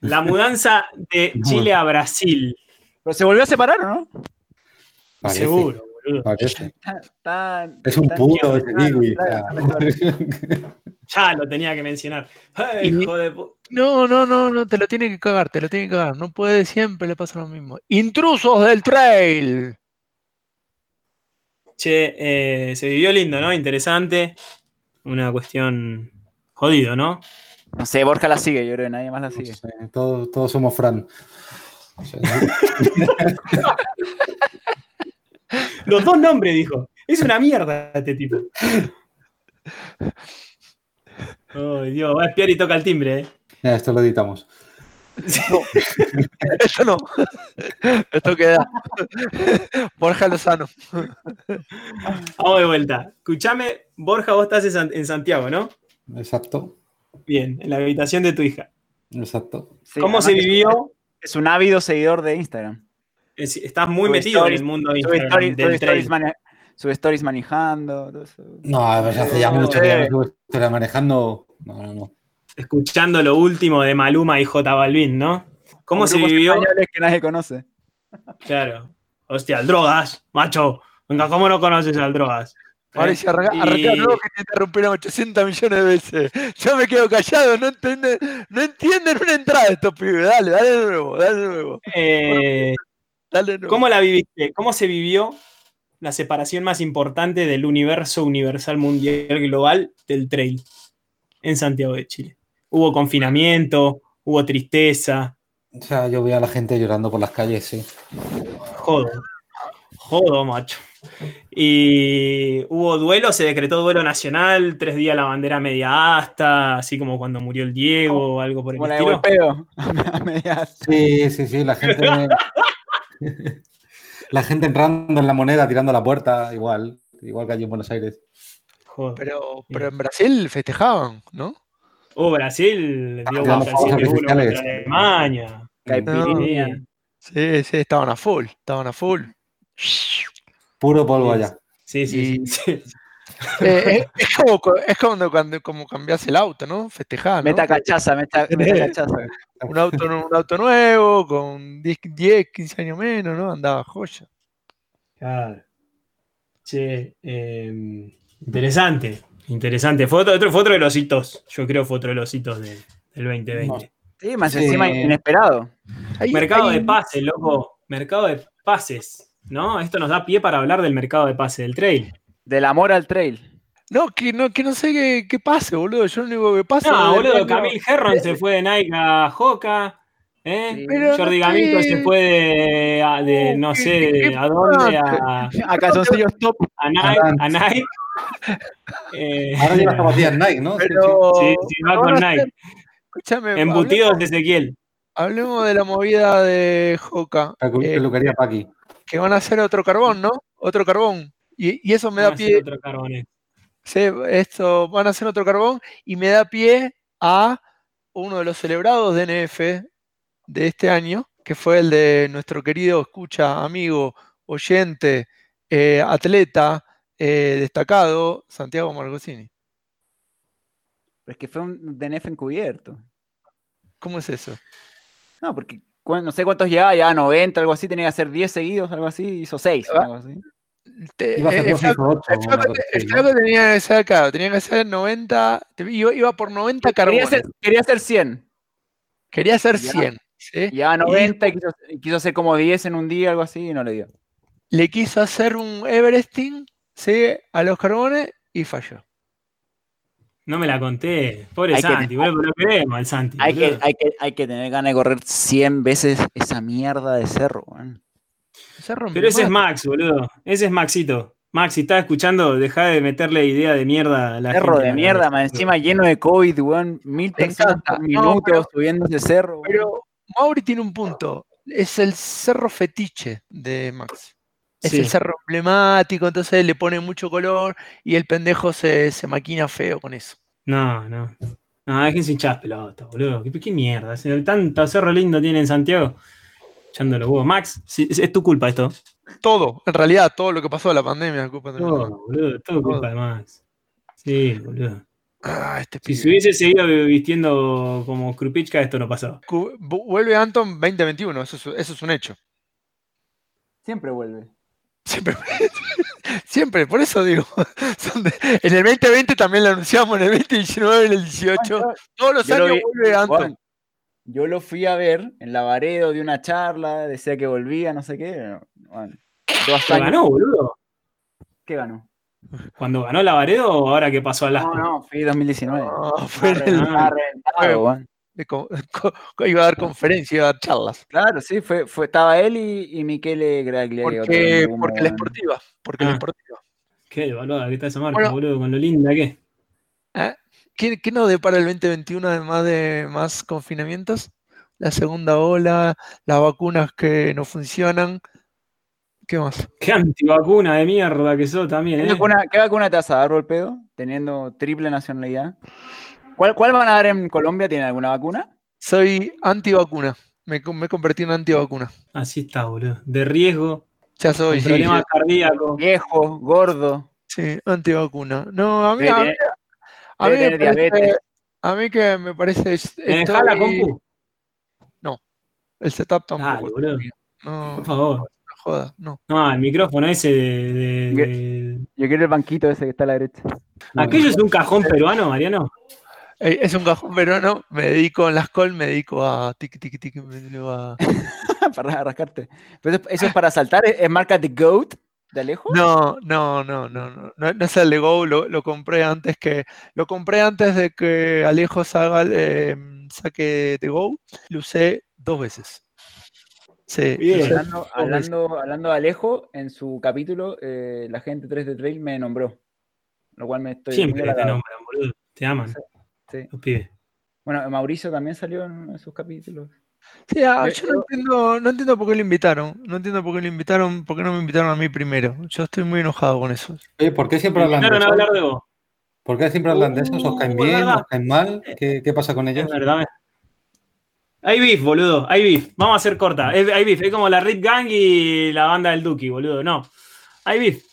La mudanza [LAUGHS] de Chile a Brasil, Pero se volvió a separar, ¿o no? seguro, boludo. parece. Tan- Es un tan- puro ese claro, kiwi. claro, o sea. Ya lo tenía que mencionar. Ay, Y- hijo de pu- No, no, no, no, te lo tiene que cagar, te lo tiene que cagar. No puede, siempre le pasa lo mismo. Intrusos del trail. Che, eh, se vivió lindo, ¿no? Interesante. Una cuestión jodido, ¿no? No sé, Borja la sigue, yo creo que nadie más la [LAUGHS] No sigue. sé, todos, todos somos Fran. O sea, Los dos nombres, dijo. Es una mierda este tipo. Ay, Dios, va a espiar y toca el timbre, ¿eh? ya, esto lo editamos. Esto no. [LAUGHS] Esto queda. [LAUGHS] Borja Lozano. Vamos de vuelta. Escuchame, Borja, vos estás en San- en Santiago, ¿no? Exacto, Bien, en la habitación de tu hija. exacto. Sí, ¿Cómo además se que vivió? Es un ávido seguidor de Instagram. Es- estás muy Su metido stories- en el mundo de Sube Instagram, stories, del sube stories trail. mane- sube stories manejando, todo eso. No, a ver, hace ya No, mucho eh. que no estuve manejando. No, no, no. escuchando lo último de Maluma y J Balvin, ¿no? ¿Cómo Con se grupos vivió? españoles que nadie conoce. Claro. Hostia, el drogas, macho. Venga, ¿cómo no conoces al drogas? ¿Eh? Mauricio, arranca, Y- arranca luego que te interrumpieron 800 millones de veces. Yo me quedo callado, no entienden, no entienden una entrada estos pibes. Dale, dale de nuevo, dale de nuevo, eh, dale de nuevo. ¿Cómo la viviste? ¿Cómo se vivió la separación más importante del universo universal mundial global del trail en Santiago de Chile? Hubo confinamiento, hubo tristeza, O sea, yo veía a la gente llorando por las calles, sí. jodo, jodo, macho. Y hubo duelo, se decretó duelo nacional, tres días la bandera media asta, así como cuando murió el Diego o algo por el Como la de estilo. golpeo. [LAUGHS] A medias. Sí, sí, sí, la gente. [LAUGHS] la gente entrando en la moneda, tirando a la puerta, igual. Igual que allí en Buenos Aires. Jodo. Pero, pero en Brasil festejaban, ¿no? Uh, Brasil, dio tirando Brasil fuegos de uno contra artificiales. Alemania. Caipirinha. Sí. Sí, sí, estaban a full, estaban a full. Puro polvo allá. Sí, sí, Y- sí. sí. Eh, es, es como, co- es cuando, cuando como cambiás el auto, ¿no? Festejás, ¿no? Meta cachaza, meta, meta cachaza. Un auto, nu- un auto nuevo, con 10, 10, 15 años menos, ¿no? Andaba joya. Claro. Che, eh, interesante, interesante. Fue otro, otro- fue otro de los hitos, yo creo fue otro de los hitos de- del 2020. Sí, más Sí. encima inesperado. Ahí- Mercado ahí- de pases, loco. Mercado de pases, ¿no? Esto nos da pie para hablar del mercado de pases del trail. Del amor al trail. [LAUGHS] No, que no, que no sé qué, qué pase, boludo. Yo lo único que pasa. No, desde boludo, el año- Camil Herron se fue de Nike a Joca. ¿eh? Sí. Pero Jordi no Gamito sé. Uh, se fue de, a- de, no sé de a dónde, a, A calzoncillos top. a Nike. A [LAUGHS] Nike. Eh, Ahora [LAUGHS] llevas zapatillas Nike, ¿no? Sí, sí. Pero. sí, sí, va con ahora Nike. está- Escúchame, Embutidos de Ezequiel. hablemos, hablemos de la movida de Joca, La eh, peluquería Paqui. que van a hacer otro carbón, ¿no? Otro carbón. Y, y eso me da Vamos a hacer pie, otro carbonero. se- esto, van a hacer otro carbón y me da pie a uno de los celebrados de NF de este año, que fue el de nuestro querido escucha, amigo, oyente, eh, atleta, eh, destacado, Santiago Margocini. Es que fue un DNF encubierto. ¿Cómo es eso? No, porque cu- no sé cuántos llevaba, ya 90, algo así, tenía que hacer 10 seguidos, algo así, hizo 6. Ah. Algo así. Te- Iba a eh, ser el flaco- 208. el flaco te- el flaco tenía que ser, claro, tenía que ser 90, te- iba, iba por 90 Quería carbones. hacer, quería hacer 100, Quería hacer Ya. 100. ¿sí? llevaba 90 y quiso, y quiso hacer como 10 en un día, algo así, y no le dio. Le quiso hacer un Everesting ¿sí? a los carbones y falló. No me la conté. Pobre Eh, Hay que- Santi, boludo, pero lo queremos al Santi. Hay que, boludo. hay, que, hay que tener ganas de correr 100 veces esa mierda de cerro, weón. Se rompió Pero ese es más. Max, boludo. Ese es Maxito. Max, si estás escuchando, deja de meterle idea de mierda a la Cerro gente. de mierda, más encima lleno de COVID, weón. Mil Me personas encanta. por No, minuto pero- subiendo ese cerro, weón. Pero Mauri tiene un punto. Es el cerro fetiche de Max. Es Sí. el cerro emblemático, entonces le pone mucho color y el pendejo se, se maquina feo con eso. No, no. No, déjense hinchar las pelotas, boludo. ¿Qué, qué mierda? Si Tanto cerro lindo tiene en Santiago. Echando los huevos. Max, si- es tu culpa esto. Todo, en realidad, todo lo que pasó de la pandemia. culpa de- Todo, boludo. Todo culpa de Max. Sí, boludo. Ah, este Si se pibe. hubiese seguido vistiendo como Krupichka, esto no pasaba. Cu- vu- Vuelve Anton 2021, eso es, eso es un hecho. Siempre vuelve. Siempre, [LAUGHS] siempre, por eso digo. [LAUGHS] son de- en el 2020 también lo anunciamos, en el 2019, en el 18. Todos los Yo lo años vi- vuelve Anton. Juan, yo lo fui a ver en Lavaredo, de una charla, decía que volvía, no sé qué. pero, bueno, dos Lo años. ganó, boludo. ¿Qué ganó? Cuando ganó Lavaredo o ahora que pasó al No, Aspen. no, fui 2019. No, Ah, [LAUGHS] fue en el- Estaba reventado, weón. de co- co- co- iba a dar conferencias, iba a dar charlas. Claro, sí, fue, fue, estaba él y, y Michele Gragliari. otro Porque, humo, porque la weón. esportiva. Porque Ah. la esportiva. Qué devaluada que está esa marca, Bueno. boludo, con lo linda que es. ¿Qué, qué nos depara el 2021 además de más confinamientos? La segunda ola, las vacunas que no funcionan. ¿Qué más? Qué antivacuna de mierda que sos también, ¿Qué ¿eh? vacuna, qué vacuna te vas a dar, Golpedo? Teniendo triple nacionalidad. ¿Cuál, ¿Cuál van a dar en Colombia? ¿Tienen alguna vacuna? Soy antivacuna. Me, co- me convertí en antivacuna. Así está, boludo. De riesgo, Ya con soy, sí, problemas cardíacos. Viejo, gordo. [LAUGHS] sí, antivacuna. No, a mí, Debe a mí- tener- a mí debe me tener parece- diabetes. A mí que me parece. ¿Tenés estoy- jala, compu? El setup tampoco. Dale, boludo. No, Por no favor. joda, no. No, el micrófono ese de. de- de- Yo quiero el banquito ese que está a la derecha. ¿Aquello es un cajón peruano, Mariano? Eh, Es un cajón peruano, me dedico en las col, me dedico a tiki tiki tiki, me dedico [LAUGHS] a. [LAUGHS] para rascarte. Pero eso- eso es para saltar. ¿Es, es marca The Goat de Alejo? No, no, no, no, no, no, no es el de Go, lo, lo compré antes que, lo compré antes de que Alejo haga, saque de Go, lo usé dos veces. Sí, lo Bien. usé Hablando, hablando, hablando de Alejo, en su capítulo, eh, la gente 3 de Trail me nombró. Lo cual me estoy. muy Siempre te agradado. nombran, boludo. Te aman. Sí. Los pibes. Bueno, Mauricio también salió en uno de sus capítulos. Sí, ah, Yo- yo no entiendo, no entiendo por qué lo invitaron. No entiendo por qué lo invitaron, por qué no me invitaron a mí primero. Yo estoy muy enojado con [LAUGHS] eso. Oye, ¿por qué siempre hablan de Empezaron a eso? hablar de vos. ¿Por qué siempre hablan de eso? ¿Os caen Uh, es bien? verdad. ¿Os caen mal? ¿Qué, qué pasa con ellos? Es verdad. Hay beef, boludo. Hay beef. Vamos a hacer corta. Es- Hay beef. Es como la Rip Gang y la banda del Duki, boludo. No. Hay beef.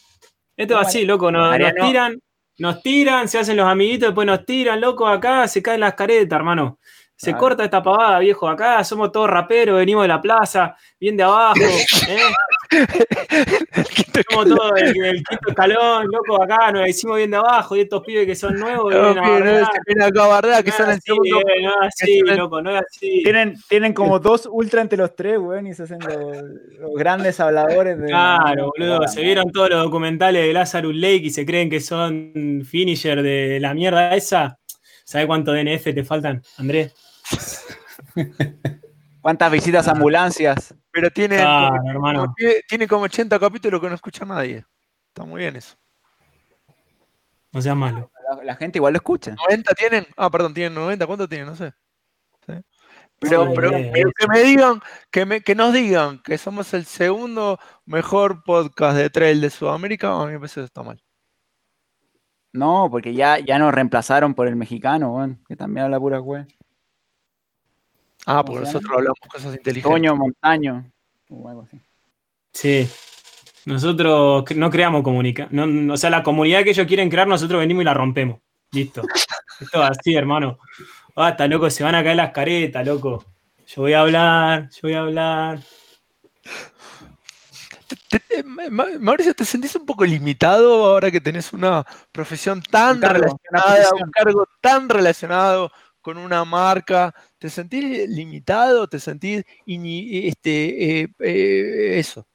Esto va así, loco. Nos, nos Mariano. tiran, nos tiran, se hacen los amiguitos, después nos tiran, loco. Acá se caen las caretas, hermano. Se Ah. corta esta pavada, viejo. Acá somos todos raperos, venimos de la plaza, bien de [LAUGHS] abajo. ¿eh? Somos todos del, del quinto escalón, loco. Acá nos hicimos bien de abajo. Y estos pibes que son nuevos, No, vienen a pibe, no, bardear. se viene acá a bardear, que No es son el así, segundo. eh, no es así, son el- loco, no es así. Tienen, tienen [LAUGHS] como dos ultra entre los tres, weón, y se hacen los, los grandes habladores de. Claro, boludo. Se vieron todos los documentales de Lazarus Lake y se creen que son finisher de la mierda esa. ¿Sabes cuánto DNF te faltan, Andrés? ¿Cuántas visitas a ambulancias? Pero tiene, Claro, como, Ah, hermano. tiene- tiene como 80 capítulos que no escucha nadie. Está muy bien eso. No seas malo. La, la gente igual lo escucha. ¿90 tienen? Ah, perdón, tienen 90. ¿Cuánto tienen? No sé. Sí. Pero, Sí, pero- bien, pero bien. que me digan, que, me, que nos digan que somos el segundo mejor podcast de trail de Sudamérica, a mí me parece que está mal. No, porque ya, ya nos reemplazaron por el mexicano, weón, que también habla pura weón. ¿Cómo Ah, porque se llama? nosotros hablamos cosas inteligentes. Toño Montaño. O algo así. Sí. Nosotros cre- no creamos comunidad. o sea, la comunidad que ellos quieren crear, nosotros venimos y la rompemos. Listo. Esto es así, hermano. Basta, loco, se van a caer las caretas, loco. Yo voy a hablar, yo voy a hablar. Te- te- Ma- Ma- Mauricio, ¿te sentís un poco limitado ahora que tenés una profesión tan Un cargo, una relacionada, un posición. cargo tan relacionado con una marca? ¿Te sentís limitado? ¿Te sentís ini- este, eh, eh, eso?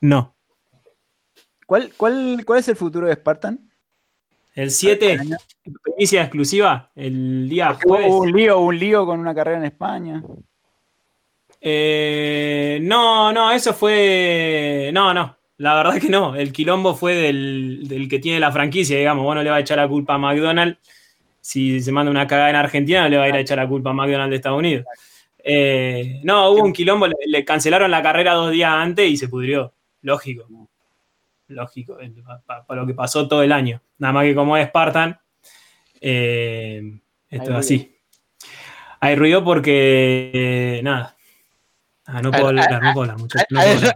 No. ¿Cuál, cuál, ¿Cuál es el futuro de Spartan? El 7, primicia exclusiva, el día jueves. Hubo un lío, un lío con una carrera en España. Eh, no, no, eso fue. No, no. La verdad que no. El quilombo fue del, del que tiene la franquicia, digamos. Vos no le va a echar la culpa a McDonald's. Si se manda una cagada en Argentina, no le va a ir a echar la culpa a McDonald's de Estados Unidos. Eh, no, hubo un quilombo, le, le cancelaron la carrera dos días antes y se pudrió. Lógico. Lógico, para lo que pasó todo el año. Nada más que como es Spartan, eh, esto es ruido. así. Hay ruido porque, eh, nada. Ah, no puedo Al- hablar, no puedo hablar, muchachos. no al- puedo hablar.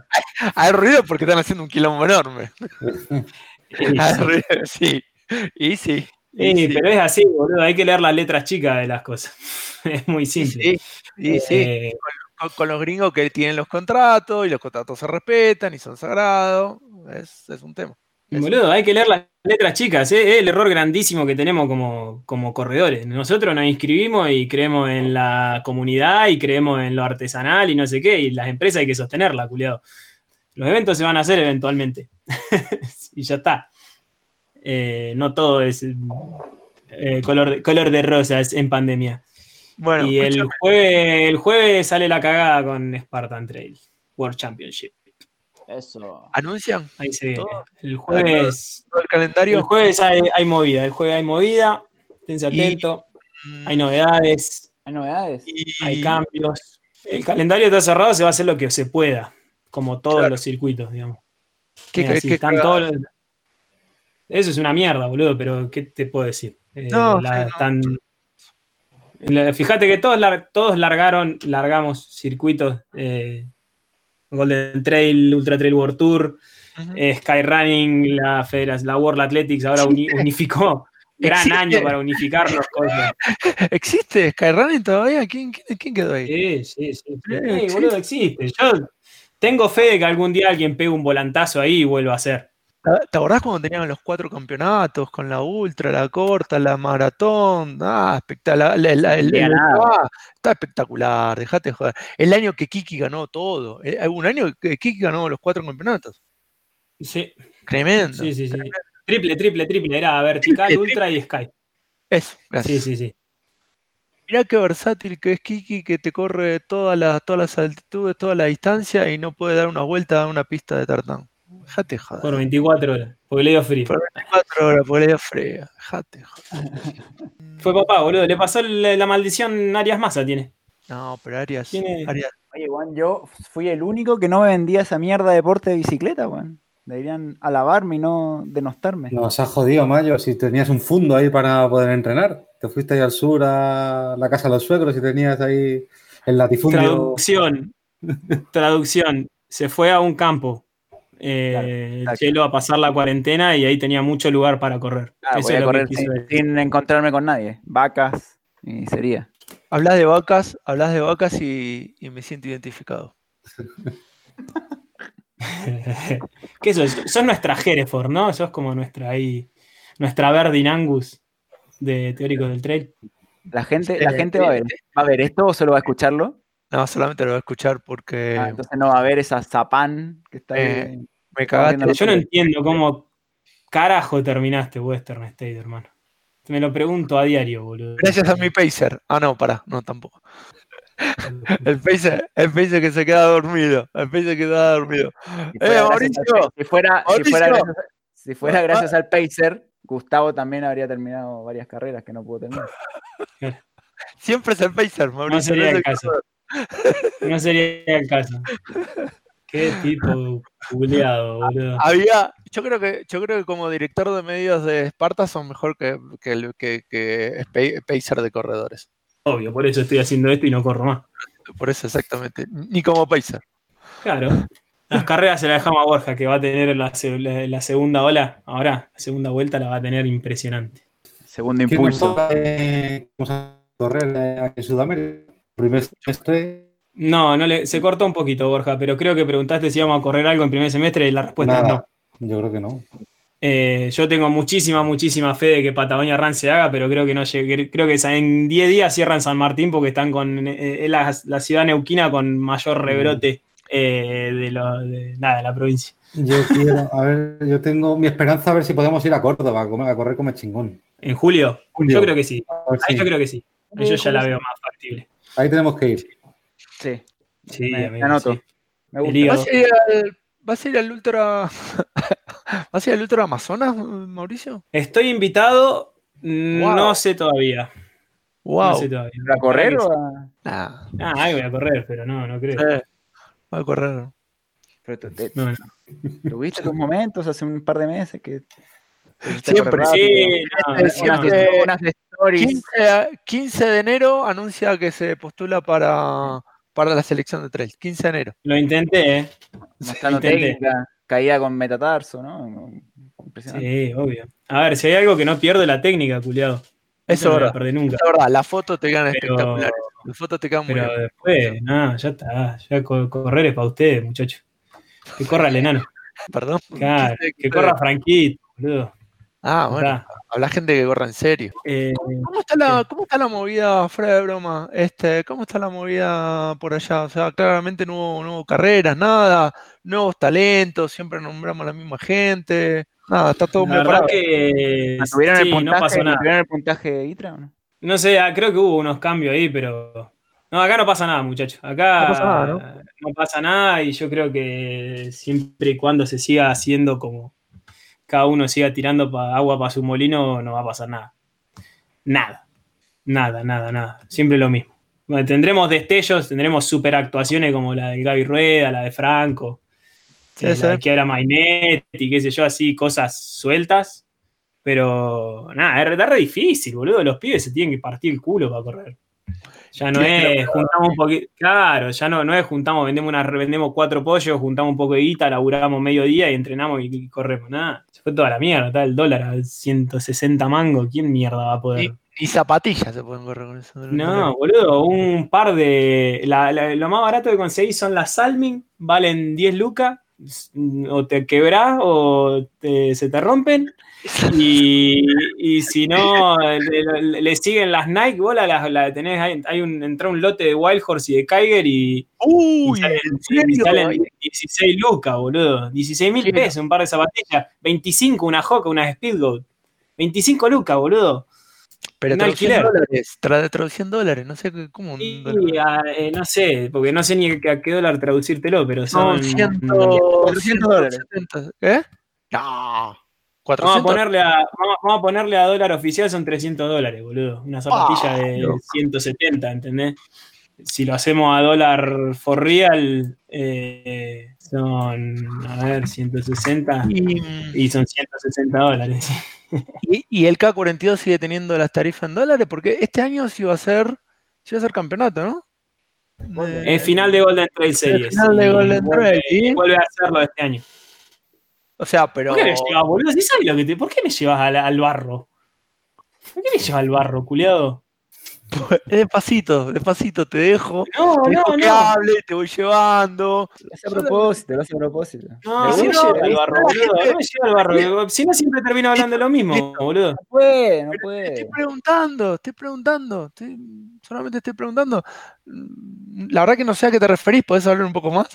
Hay Ah, ruido porque están haciendo un quilombo enorme. Hay [LAUGHS] Sí, ruido, sí. Y sí. sí, Y sí. pero es así, boludo. Hay que leer las letras chicas de las cosas. [LAUGHS] Es muy Y simple. sí. Y sí. Eh, Con, con los gringos que tienen los contratos y los contratos se respetan y son sagrados. Es, es un tema. Es- Boludo, hay que leer las letras chicas, ¿eh? es el error grandísimo que tenemos como, como corredores. Nosotros nos inscribimos y creemos en la comunidad y creemos en lo artesanal y no sé qué, y las empresas hay que sostenerla, culiado. Los eventos se van a hacer eventualmente. [LAUGHS] y ya está. Eh, no todo es eh, color, de- color de rosas en pandemia. Bueno, y el jueves, el jueves sale la cagada con Spartan Trail World Championship. Eso. anuncian Ahí se viene. Todo. El jueves. todo el calendario. El jueves hay, hay movida, el jueves hay movida, esténse Y- atentos, Mm, hay novedades, Hay novedades. hay y- cambios. El calendario está cerrado, se va a hacer lo que se pueda, como todos Claro. los circuitos, digamos. ¿Qué Es cre- así, qué están cagada? todos los- Eso es una mierda, boludo, pero ¿qué te puedo decir? Eh, No, la- sí, no. tan- la- fíjate que todos, lar- todos largaron, largamos circuitos, eh, Golden Trail, Ultra Trail World Tour, Ujú. [LAUGHS] eh, Skyrunning, la, Federación, la World Athletics ahora uni- unificó, Gran Existe. año para unificar las [LAUGHS] cosas. ¿Existe Skyrunning todavía? ¿Quién, quién, quién quedó ahí? Sí, sí, sí. sí. Sí, Sí, boludo, existe. Yo tengo fe de que algún día alguien pegue un volantazo ahí y vuelva a hacer. ¿Te- ¿Te acordás cuando tenían los cuatro campeonatos con la ultra, la corta, la maratón? Ah, espectacular. Bien, nada. está espectacular, dejate de joder. El año que Kiki ganó todo. eh, Hubo un año que Kiki ganó los cuatro campeonatos. Sí, Tremendo. sí, sí, sí. Triple, triple, triple. Era vertical, Triple, ultra y sky. Eso, gracias. Sí, sí, sí. Mirá qué versátil que es Kiki, que te corre todas las, todas las altitudes, toda la distancia y no puede dar una vuelta a una pista de tartán. Dejate de joder. Por 24 horas. Porque le dio frío. Por 24 horas, por la fría. Dejate de joder. Fue papá, boludo. Le pasó la, la maldición Arias Massa, tiene. No, pero Arias, Tiene- Arias Oye, Juan, yo fui el único que no me vendía esa mierda de deporte de bicicleta, Juan. Deberían alabarme y no denostarme. Nos ha jodido, Mayo, si tenías un fondo ahí para poder entrenar. Te fuiste ahí al sur a la casa de los suegros y tenías ahí el latifundio. [LAUGHS] Traducción. Traducción. Se fue a un campo. eh, Claro, el Chelo a pasar la cuarentena y ahí tenía mucho lugar para correr. Ah, Eso voy es a lo correr que sin, quiso decir. sin encontrarme con nadie. Vacas y sería. Hablas de vacas, hablas de vacas y, y me siento identificado. [LAUGHS] ¿Qué sos? Sos nuestra Hereford, ¿no? Sos como nuestra ahí, nuestra Verdin Angus de Teóricos del Trail. La gente, la Eh, gente va a ver, va a ver esto o solo va a escucharlo. No, solamente lo voy a escuchar porque Ah, entonces no va a ver esa zapán que está ahí. Eh, me viendo cagaste. los- Yo no entiendo cómo carajo terminaste Western State, hermano. Me lo pregunto a diario, boludo. Gracias a mi pacer. Ah, no, pará, no tampoco. El pacer, el pacer que se queda dormido. El pacer que se queda dormido. Eh, si fuera gracias Mauricio! al- si fuera, si fuera Mauricio! gracias, si Ah. fuera gracias al Pacer, Gustavo también habría terminado varias carreras que no pudo terminar. Siempre es el pacer, Mauricio. No sería es el [LAUGHS] el caso. corredor. No sería el caso. Qué tipo culeado, boludo. Había, yo creo que, yo creo que como director de medios de Esparta son mejor que, que, el- que, que Spa- pacer de corredores. Obvio, por eso estoy haciendo esto y no corro más. Por eso exactamente. Ni como pacer. Claro. Las carreras se las dejamos a Borja, que va a tener la, se- la- la segunda ola. Ahora, la segunda vuelta la va a tener impresionante. Segundo ¿Quién nos impulso. toca, eh, Vamos a correr eh, aquí en Sudamérica. Primer semestre. No, no le, se cortó un poquito, Borja, pero creo que preguntaste si íbamos a correr algo en primer semestre y la respuesta es Pues no. nada. Yo creo que no. Eh, yo tengo muchísima, muchísima fe de que Patagonia Run se haga, pero creo que no llegue- creo que en 10 días cierran San Martín porque están con eh, es la, la ciudad neuquina con mayor rebrote eh, de, lo- de- nada, de la provincia. Yo quiero, a ver, yo tengo mi esperanza a ver si podemos ir a Córdoba a, comer- a correr como chingón. ¿En julio? Julio. Yo creo que sí. A ver Ahí si- yo creo que sí. Ahí yo ya la veo más factible. ahí tenemos que ir. Sí, Sí, Me- amigo, anoto. sí. me El gusta. hígado. ¿Vas a ir al, vas a ir al Ultra. [LAUGHS] ¿Vas a ir al Ultra Amazonas, Mauricio? Estoy invitado, mm, no sé todavía. Wow. No sé todavía. ¿A correr o a- Nah, Ah, ahí voy a correr, pero no, no creo. eh, va a correr. Pero tú- te- No, no. tuviste tus momentos hace un par de meses que... Siempre, Ah, Sí, no, Este, no, Unas, siempre. no. de- unas de stories. 15, a- 15 de enero anuncia que se postula para, para la selección de trail. 15 de enero. Lo intenté, ¿eh? mostrando Intenté. técnica, caída con metatarso, ¿no? Ah. Impresionante. Sí, obvio. A ver, si hay algo que no pierde la técnica, culiado. Eso es no la verdad. perdí nunca. Es verdad, las fotos te quedan Pero- espectaculares. Las fotos te quedan muy Pero bien. después, no, ya está. Ya co- correr es para ustedes, muchachos. Que corra el [LAUGHS] enano. Perdón. Claro, Quise- que corra Franquito, boludo. Ah, Ya bueno. está. Habla gente que corre en serio. Eh, ¿Cómo está la, cómo está la movida, fuera de broma? Este, ¿cómo está la movida por allá? O sea, claramente no hubo, no hubo carreras, nada, nuevos talentos, siempre nombramos a la misma gente, nada, está todo la preparado. verdad que ¿Mantuvieron sí, Ah, el puntaje, no pasó nada. mantuvieron el puntaje de ITRA o no? No sé, ah, creo que hubo unos cambios ahí, pero. No, acá no pasa nada, muchachos. Acá No pasa nada, no pasa nada y yo creo que siempre y cuando se siga haciendo como cada uno siga tirando pa- agua para su molino, no va a pasar nada. Nada. Nada, nada, nada. Siempre lo mismo. Bueno, tendremos destellos, tendremos superactuaciones como la de Gaby Rueda, la de Franco, Sí, eh, sí. la de Kiara Mainetti, qué sé yo, así cosas sueltas. Pero nada, es re- está re difícil, boludo. Los pibes se tienen que partir el culo para correr. Ya no es, juntamos un poquito. Claro, ya no, no es, juntamos, vendemos, una, vendemos cuatro pollos, juntamos un poco de guita, laburamos medio día y entrenamos y, y corremos. Nada, se fue toda la mierda, está el dólar a 160 mango. ¿Quién mierda va a poder? Y, y zapatillas se pueden correr con eso. No, boludo, un par de. la- la- lo más barato que conseguí son las Salmin, valen 10 lucas, o te quebrás o te- se te rompen. Y, y si no, le, le- le siguen las Nike, vos la, la- la tenés, hay, hay un, entra un lote de Wild Horse y de Tiger y, y Uy, salen, ¿en y serio? salen 16 lucas, boludo. 16 mil Sí. pesos, un par de zapatillas. 25 una Hoka, una Speedgoat. 25 lucas, boludo. Pero un traducción alquiler. dólares, tra- traducción dólares, no sé qué- cómo un Sí, dólar. a- eh, no sé, porque no sé ni a qué dólar traducírtelo, pero son. Son 100, 400 dólares. ¿Eh? No. Vamos a, 400. ponerle a, vamos, vamos a ponerle a dólar oficial, son 300 dólares, boludo. Una zapatilla Ah, de loco. 170, ¿entendés? Si lo hacemos a dólar for real, eh, son, a ver, 160 Y, y son 160 dólares. [LAUGHS] y- y el K42 sigue teniendo las tarifas en dólares porque este año sí va a ser, sí va a ser campeonato, ¿no? De- Es final de Golden Trail Series. final de y Golden vuelve- Trail, ¿sí? Vuelve a hacerlo este año. O sea, pero. ¿Por qué me llevas, boludo? Si sabes lo que te- ¿Por qué me llevas al, al barro? ¿Por qué me llevas al barro, culiado? Es Despacito, despacito, te dejo. No, no, Te dejo que no. hable, te voy llevando. Lo hace a propósito, lo hace a propósito. No, Pero si vos no, llevas al barro, boludo. No me llevas al barro. Si no, siempre termino hablando lo mismo, boludo. No puede, no Te [LAUGHS] estoy puede. preguntando, estoy preguntando, estoy- solamente estoy preguntando. Mm, La verdad que no sé a qué te referís, ¿podés hablar un poco más?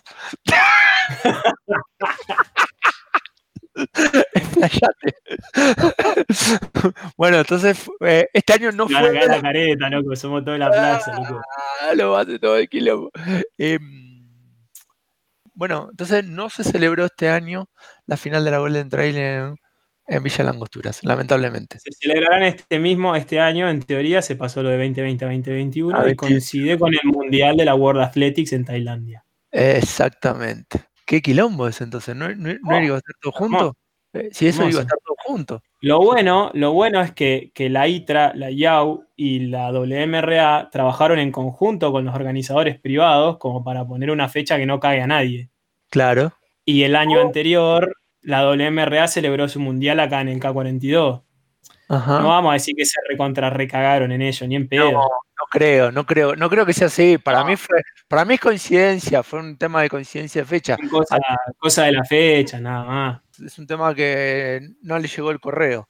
Explayate. [LAUGHS] bueno, entonces fu- eh, este año no Me van a caer fue. la careta, loco. Somos toda la plaza, loco. Ah, lo hace todo el quilombo. Em, bueno, entonces no se celebró este año la final de la Golden Trail en, en Villa Langosturas, lamentablemente. Se celebrarán este mismo, este año, en teoría, se pasó lo de 2020 a 2021 Ah, y coincide con el Mundial de la World Athletics en Tailandia. Exactamente. ¿Qué quilombo es entonces? ¿No, no, no Oh, iba a estar todo junto? Eh, si eso iba hermoso. a estar todo junto. Lo bueno, lo bueno es que, que la ITRA, la IAU y la WMRA trabajaron en conjunto con los organizadores privados como para poner una fecha que no caiga a nadie. Claro. Y el Oh. año anterior, la WMRA celebró su mundial acá en el K42. Ajá. No No, vamos a decir que se recontra recagaron en ello, ni en pedo. Ah. no creo, no creo, no creo que sea así. Para mí fue, para mí es coincidencia, fue un tema de coincidencia de fecha. Cosa, Ah. cosa de la fecha, nada más. Es un tema que no le llegó el correo.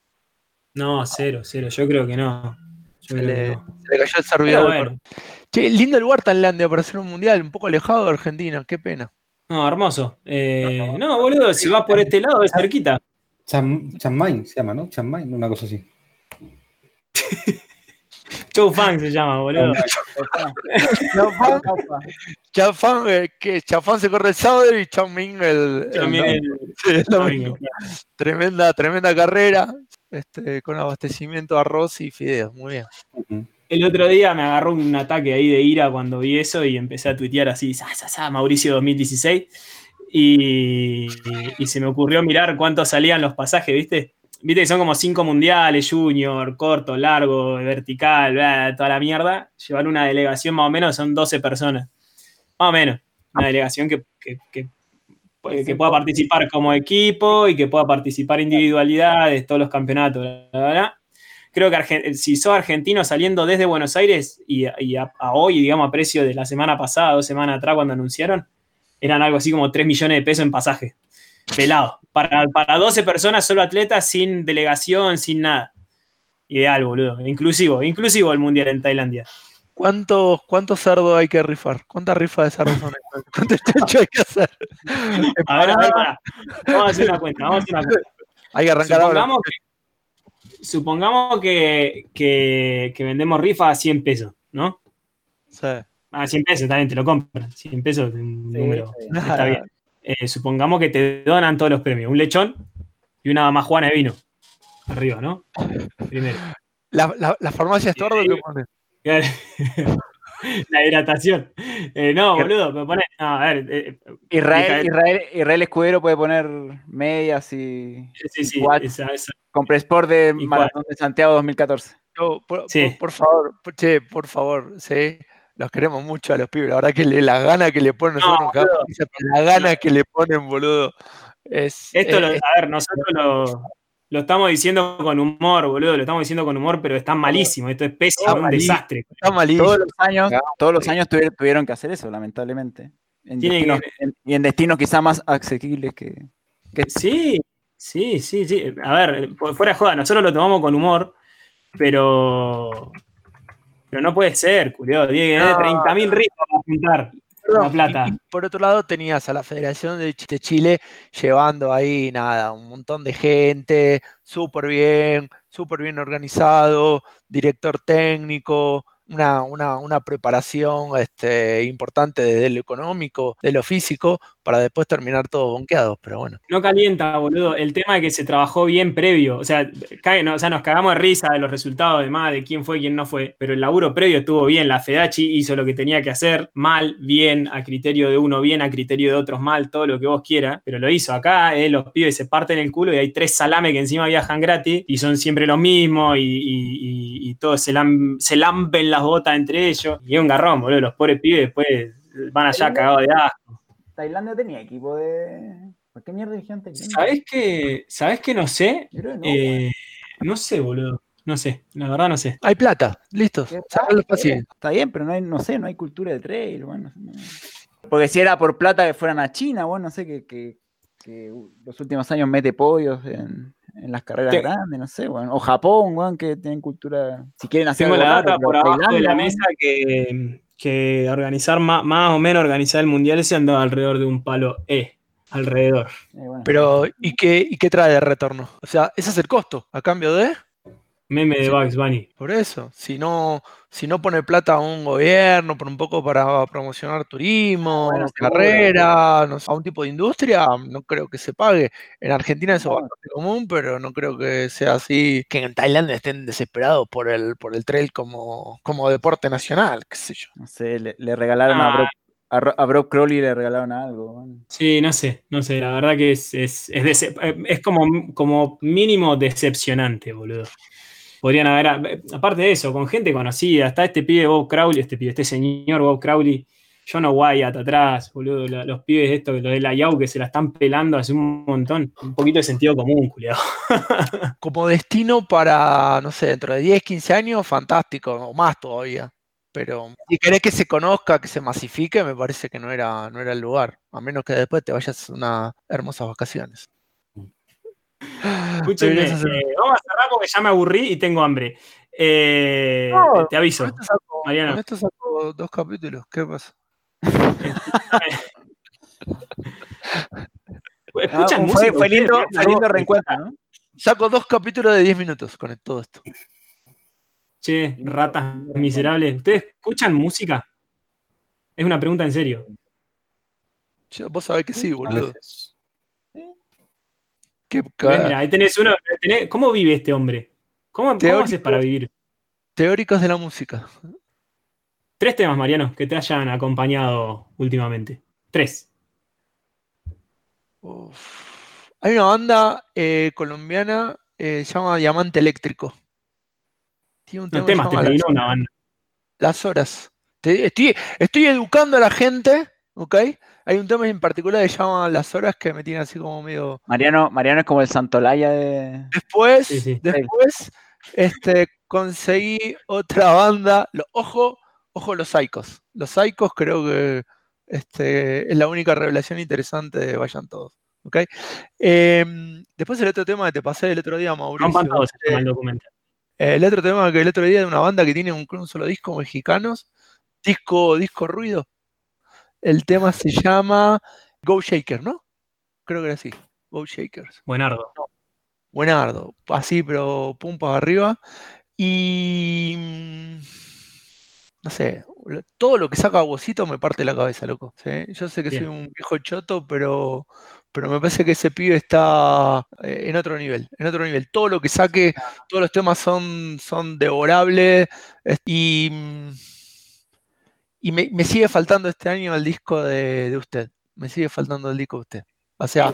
No, cero, cero. Yo creo que no. Yo Se creo que le, no. se le cayó el servidor. Pero del bueno. correo. Che, lindo lugar Tailandia para hacer un mundial, un poco alejado de Argentina, qué pena. No, hermoso. Eh, no, boludo, si vas por este lado, es cerquita. Chan, Chiang Mai se llama, ¿no? Chiang Mai, una cosa así. Choufang se llama, boludo. Chafán, Chafán, eh, que Chafán se corre el sábado y Chongming el, el También domingo. el- Sí, el domingo. domingo. Tremenda, tremenda carrera. Este, con abastecimiento de arroz y fideos. Muy bien. Ujú. El otro día me agarró un ataque ahí de ira cuando vi eso y empecé a tuitear así, sa, sa, sa, Mauricio 2016. Y, y se me ocurrió mirar cuánto salían los pasajes, ¿viste? Viste que son como cinco mundiales, junior, corto, largo, vertical, bla, toda la mierda. Llevar una delegación más o menos son 12 personas. Más o menos. Una delegación que, que- que- que pueda participar como equipo y que pueda participar individualidades, todos los campeonatos, bla, bla, bla creo que argen- eh, si sos argentino saliendo desde Buenos Aires y, y a, a hoy, digamos, a precio de la semana pasada, dos semanas atrás, cuando anunciaron, eran algo así como 3 millones de pesos en pasaje. Pelado. Para, para 12 personas, solo atletas, sin delegación, sin nada. Ideal, boludo. Inclusivo, inclusivo el mundial en Tailandia. ¿Cuántos, cuántos cerdos hay que rifar? ¿Cuántas rifas de cerdos son? estas? [LAUGHS] ¿Cuántos chanchos hay que hacer? A ver, a ver, pará. Vamos a hacer una cuenta, vamos a hacer una cuenta. Hay que arrancar ahora. Supongamos que, supongamos que, que, que vendemos rifa a 100 pesos, ¿no? Sí. A 100 pesos también te lo compran. 100 pesos es un número. Está bien. Eh, supongamos que te donan todos los premios. Un lechón y una damajuana de vino. Arriba, ¿no? Primero. [LAUGHS] La, la, la farmacia Estuardo que pone. La hidratación. Eh, no, boludo, me pone. no, a ver, eh, Israel, Mijael. Israel, Israel Escudero puede poner medias y sí, sí, Igual. esa- esa- con Presport de Igual. Maratón de Santiago 2014. Yo, por, Sí. por- por favor, por- che, por favor, sí. Los queremos mucho a los pibes. La verdad que le- la gana que le ponen, No, nosotros nos cagamos de risa, pero la gana que le ponen, boludo. Es, eh, Esto, es- lo- es- a ver, nosotros lo, lo estamos diciendo con humor, boludo, lo estamos diciendo con humor, pero está malísimo, esto es pésimo, Está un malísimo. desastre. está malísimo. Todos los años, Claro. todos los años tuvi- tuvieron que hacer eso, lamentablemente. En Tienen destinos- en- y en destinos quizá más accesibles que... que Sí, sí, sí, sí. A ver, fu- fuera de joda, nosotros lo tomamos con humor, pero. Pero no puede ser, culiado. Tiene que tener No. 30.000 ricos para juntar Perdón, la plata. y- y por otro lado, tenías a la Federación de, Ch- de Chile llevando ahí, nada, un montón de gente, súper bien, súper bien organizado, director técnico, una, una- una preparación este, importante desde lo económico, de lo físico, para después terminar todos bonqueados. Pero bueno, No calienta, boludo. El tema es que se trabajó bien previo. O sea, cae- no, o sea, nos cagamos de risa de los resultados, de más, de quién fue, quién no fue. Pero el laburo previo estuvo bien. La Fedachi hizo lo que tenía que hacer, mal, bien, a criterio de uno, bien, a criterio de otros, mal, todo lo que vos quieras. Pero lo hizo acá, eh, los pibes se parten el culo y hay tres salames que encima viajan gratis y son siempre los mismos y, y- y- y todos se, lam- se lamben las botas entre ellos. Y es un garrón, boludo. Los pobres pibes después van allá cagados de asco. Tailandia tenía equipo de... ¿Por qué mierda dijeron Tailandia? ¿Sabés que, ¿Sabés que no sé? Yo creo que no, Eh, no sé, boludo. No sé, la verdad no sé. hay plata, listos, Qué sacarlo fácil. Está bien, pero no hay, no sé, no hay cultura de trail, bueno. no sé, no. Porque si era por plata que fueran a China, bueno, no sé, que, que- que los últimos años mete pollos en, en las carreras Te- grandes, no sé, bueno. O Japón, bueno, que tienen cultura. Si quieren hacer Tengo la algo raro, data pero por abajo de Tailandia, la bueno, mesa que, que organizar ma- más, o menos organizar el mundial se andaba alrededor de un palo E. Alrededor. eh, bueno. Pero, ¿y qué, ¿y qué trae de retorno? O sea, ese es el costo, a cambio de... Meme de Bugs Bunny. Por eso, si no, si no pone plata a un gobierno, por un poco para promocionar turismo, Bueno, seguro. carreras, no sé, a un tipo de industria, no creo que se pague. En Argentina eso es No. bastante común, pero no creo que sea así. Que en Tailandia estén desesperados por el, por el trail como, como deporte nacional, qué sé yo. No sé, le, le regalaron a Ah. Brock, a, Ro- a Brock Crowley le regalaron algo, bueno. Sí, no sé, no sé. La verdad que es, es, es, decep- es como, como mínimo decepcionante, boludo. Podrían haber, a- aparte de eso, con gente conocida, está este pibe Bob Crowley, este pibe, este señor Bob Crowley, John Wyatt atrás, boludo, la- los pibes estos, los de la IAU que se la están pelando hace un montón. Un poquito de sentido común, culiado. Como destino para, no sé, dentro de 10, 15 años, fantástico, o más todavía. Pero si querés que se conozca, que se masifique, me parece que no era, no era el lugar. A menos que después te vayas a unas hermosas vacaciones. Escúchenme, Deberías hacer- eh, vamos a cerrar porque ya me aburrí y tengo hambre. Eh, No, te aviso, Con esto saco- Mariano. con esto saco dos capítulos. ¿Qué pasa? Ah, Escuchan fue, música fue lindo, ustedes, fue lindo ¿no? reencuentro, ¿no? Saco dos capítulos de 10 minutos con todo esto. Che, ratas miserables, ¿ustedes escuchan música? Es una pregunta en serio. Yo- vos sabés que sí, boludo. veces. Qué Ven, ca- mirá, ahí tenés uno. tenés- ¿Cómo vive este hombre? ¿Cómo, cómo Teórico. haces para vivir? Teóricos de la música. Tres temas, Mariano, que te hayan acompañado últimamente. Tres. Uf. Hay una banda eh, colombiana eh, se llama Diamante Eléctrico. Tiene un No tema temas, que se te llama pedí Las- una banda. Las horas. Te- estoy, estoy educando a la gente, ¿ok? Hay un tema en particular que se llama Las horas que me tiene así como medio... Mariano, Mariano es como el Santolaya de. Después, Sí, sí. después, este, conseguí otra banda. lo- ojo, ojo los Psychos. Los Psychos creo que este, es la única revelación interesante de Vayan Todos. ¿ok? Em, después el otro tema que te pasé el otro día, Mauricio. Rompan todos eh, el documental. el otro tema que el otro día de una banda que tiene un, un solo disco mexicanos, disco, disco ruido. El tema se llama Go Shaker, ¿no? Creo que era así. Go Shakers. Buenardo. Buenardo, así, pero pum para arriba. Y. mm, No sé, lo- todo lo que saca Bocito me parte la cabeza, loco. ¿sí? Yo sé que soy Bien. un viejo choto, pero, pero me parece que ese pibe está eh, en otro nivel, en otro nivel. Todo lo que saque, todos los temas son, son devorables. es- Y, mm, y me, me sigue faltando este año el disco de, de usted. Me sigue faltando el disco de usted. O sea,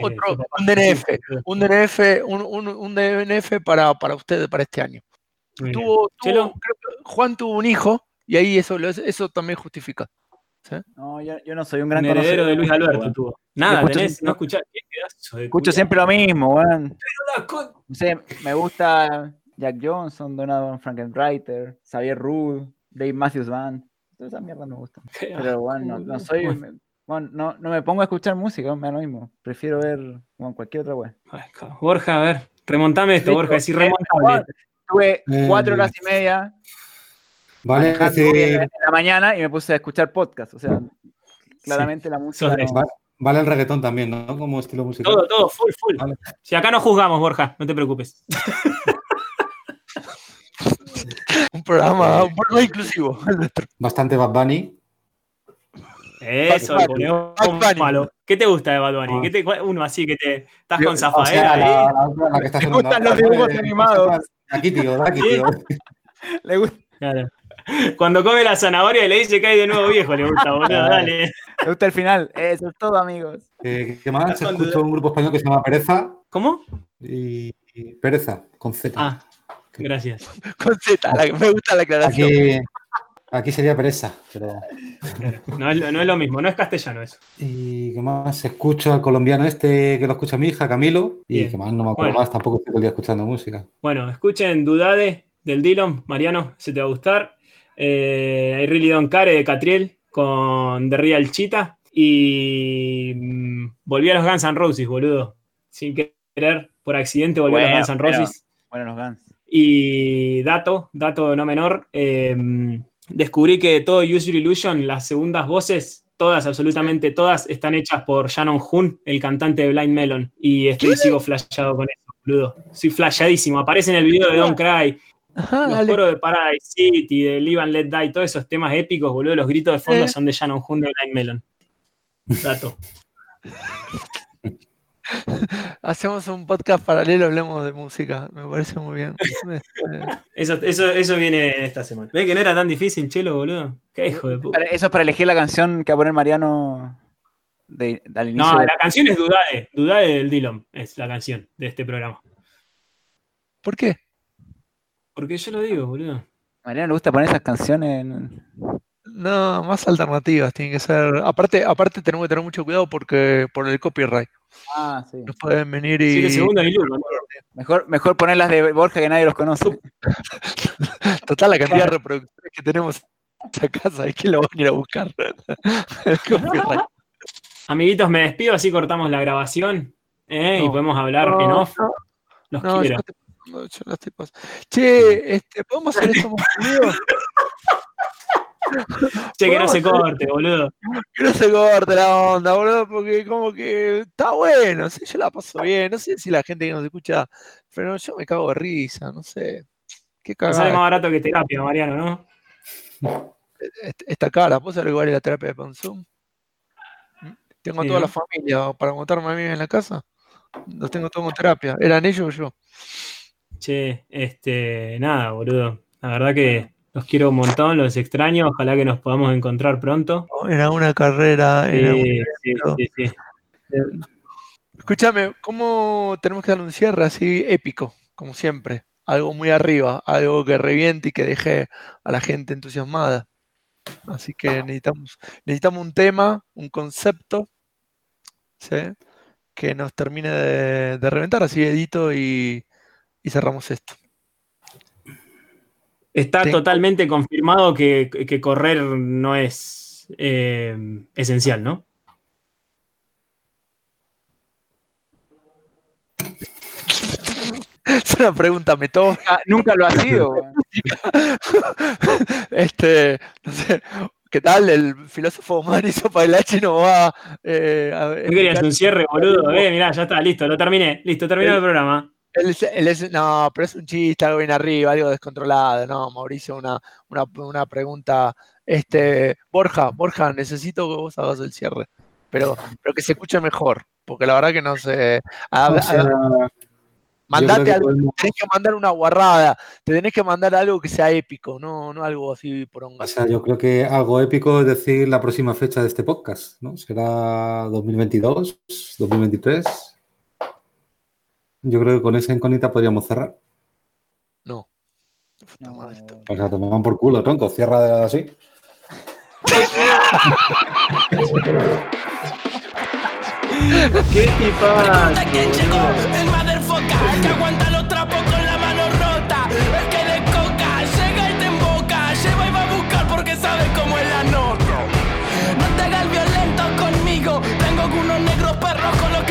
otro, un DNF, un DNF, un, un- un DNF para, para ustedes para este año. Muy bien. Tuvo, tuvo- Chelo. creo que Juan tuvo un hijo Y ahí eso, lo- eso también justifica. [LAUGHS] No, yo, yo no soy un gran Un heredero conocedor. de Luis Alberto tuvo. Nada, Escucho tenés, siempre- no escuchás. ¿Qué pedazo de Ah, Escucho culo? siempre lo mismo, weón. La co- No sé, me gusta Jack Johnson, Donovan Frankenreiter, Xavier Rudd, Dave Matthews Band. Toda esa mierda me gusta. Ah, Pero bueno, no, no soy. me- bueno, no, no me pongo a escuchar música, me da lo mismo. Prefiero ver bueno, cualquier otra weón. Ay, cabrón. Borja, a ver, remontame esto, Borja, es irremontable. Tuve Eh, cuatro horas y media Vale, en hace- la mañana y me puse a escuchar podcast. O sea, claramente la música. Sos no- de- va- vale el reggaetón también, ¿no? Como estilo musical. Todo, todo, full, full. Vale. Si acá no juzgamos, Borja, no te preocupes. Un programa, un programa inclusivo. [LAUGHS] el nuestro. Bastante Bad Bunny. Eso, Bunny. ponemos Bad Bunny. malo. ¿qué te gusta de Bad Bunny? Ah. ¿Qué te- cuál- uno así que te estás Yo- o con O sea, zafaera Ah, ahí. la, la otra, la que está Me sonando gustan ahora, los dibujos eh, animados. Aquí, tío, de aquí, tío. [LAUGHS] Le gusta, Claro. Cuando come la zanahoria y le dice que hay de nuevo viejo, le gusta, boludo, dale. le gusta el final. Eso es todo, amigos. Eh, ¿Qué más? Escucho un grupo español que se llama Pereza. ¿Cómo? Y, y Pereza, con Z. Ah, gracias. Con Z, la que- me gusta la aclaración. aquí, aquí sería Pereza. Pero... No es, lo- no es lo mismo, no es castellano eso. ¿Y qué más? Escucho al colombiano este que lo escucha mi hija, Camilo. Y Bien. qué más, no me acuerdo Bueno. más, tampoco estoy todo el día escuchando música. Bueno, escuchen Dudade del Dillon, Mariano, se te va a gustar. Eh, I Really Don't Care de Catriel con The Real Cheetah. Y mm, volví a los Guns N' Roses, boludo. Sin querer, por accidente volví a Bueno, los Guns N' pero- Roses. Bueno, los Guns. Y dato, dato no menor, eh, descubrí que todo Use Your Illusion, las segundas voces, todas, absolutamente todas, están hechas por Shannon Hoon, el cantante de Blind Melon. Y estoy sigo flashado con eso, boludo. Soy flashadísimo. Aparece en el video de Don't Cry, Ajá, los Ah, dale. coros de Paradise City, de Live and Let Die, todos esos temas épicos, boludo. Los gritos de fondo Eh. son de Shannon Hoon de Blind Melon. Dato. Hacemos un podcast paralelo, hablemos de música. Me parece muy bien. [LAUGHS] Este, Eso, eso, eso viene esta semana. ¿Ves que no era tan difícil, chelo, boludo? Qué hijo de puta. Para- Eso es para elegir la canción que va a poner Mariano de, al inicio. No, de- la canción es Dudade, Dudade del Dillon es la canción de este programa. ¿Por qué? Porque yo lo digo, boludo. Mariano le gusta poner esas canciones. en- No, más alternativas tienen que ser. Aparte, aparte tenemos que tener mucho cuidado porque por el copyright. Ah, sí. Nos pueden venir Siete y. segundos y Lulo, boludo. Mejor, mejor ponerlas de Borja que nadie los conoce. Total, la cantidad de reproductores que tenemos en esta casa es que lo van a ir a buscar. [LAUGHS] El copyright. Amiguitos, me despido, así cortamos la grabación ¿eh? y No. podemos hablar No, en off. no, Los no, yo quiero. no te- no, yo no estoy pas- Che, este, ¿podemos hacer esto [LAUGHS] más seguido? Che, que no podemos se hacer- corte, boludo. Que no se corte la onda, boludo, porque como que está bueno, sí, yo la paso bien, no sé si la gente que nos escucha, pero yo me cago de risa, no sé. Qué Te sale más cagada barato que terapia, Mariano, ¿no? est- esta cara, ¿vos sabés lo que vale la terapia de Pansum? ¿Mm? Tengo a Sí, toda ¿no? la familia para montarme a mí en la casa. Los tengo todos en terapia. ¿Eran ellos o yo? Che, este, nada, boludo. La verdad que los quiero un montón, los extraño. Ojalá que nos podamos encontrar pronto. Eh, Era una carrera. en algún- Sí, sí, sí, sí. Escúchame, ¿cómo tenemos que dar un cierre así épico, como siempre? Algo muy arriba, algo que reviente y que deje a la gente entusiasmada. Así que necesitamos, necesitamos un tema, un concepto, ¿sí? que nos termine de, de reventar, así edito y, y cerramos esto. [LAUGHS] Está Tengo- totalmente confirmado que, que correr no es eh, esencial, ¿no? Es una pregunta metódica. Ah, nunca lo ha sido. weón. Este, no sé, ¿qué tal? El filósofo Mariso Pailachi nos va eh, a ¿Qué querías? explicar- ¿Un cierre, boludo? Eh, mirá, ya está, listo, lo terminé. Listo, terminó el programa. Él es- él es- no, pero es un chiste, algo bien arriba, algo descontrolado, no, Mauricio, una, una, una pregunta. Este, Borja, Borja, necesito que vos hagas el cierre, pero, pero que se escuche mejor, porque la verdad que no sé. a- O a- sea, yo creo mandate que algo, podemos- tenés que mandar una guarrada, te tenés que mandar algo que sea épico, no, no algo así O poronga. sea, yo creo que algo épico es decir la próxima fecha de este podcast, ¿no? ¿Será 2022, 2023? Yo creo que con esa incógnita podríamos cerrar. No. Puta madre, esto- O sea, te toman por culo, tronco. Cierra así. [LAUGHS] ¿Qué tipa? importa quién llegó, el motherfucker El que aguanta los trapos con la mano rota El que le coca, llega y te emboca Lleva y va a buscar porque sabe cómo es la nota No te hagas violento conmigo Tengo unos negros perros con los que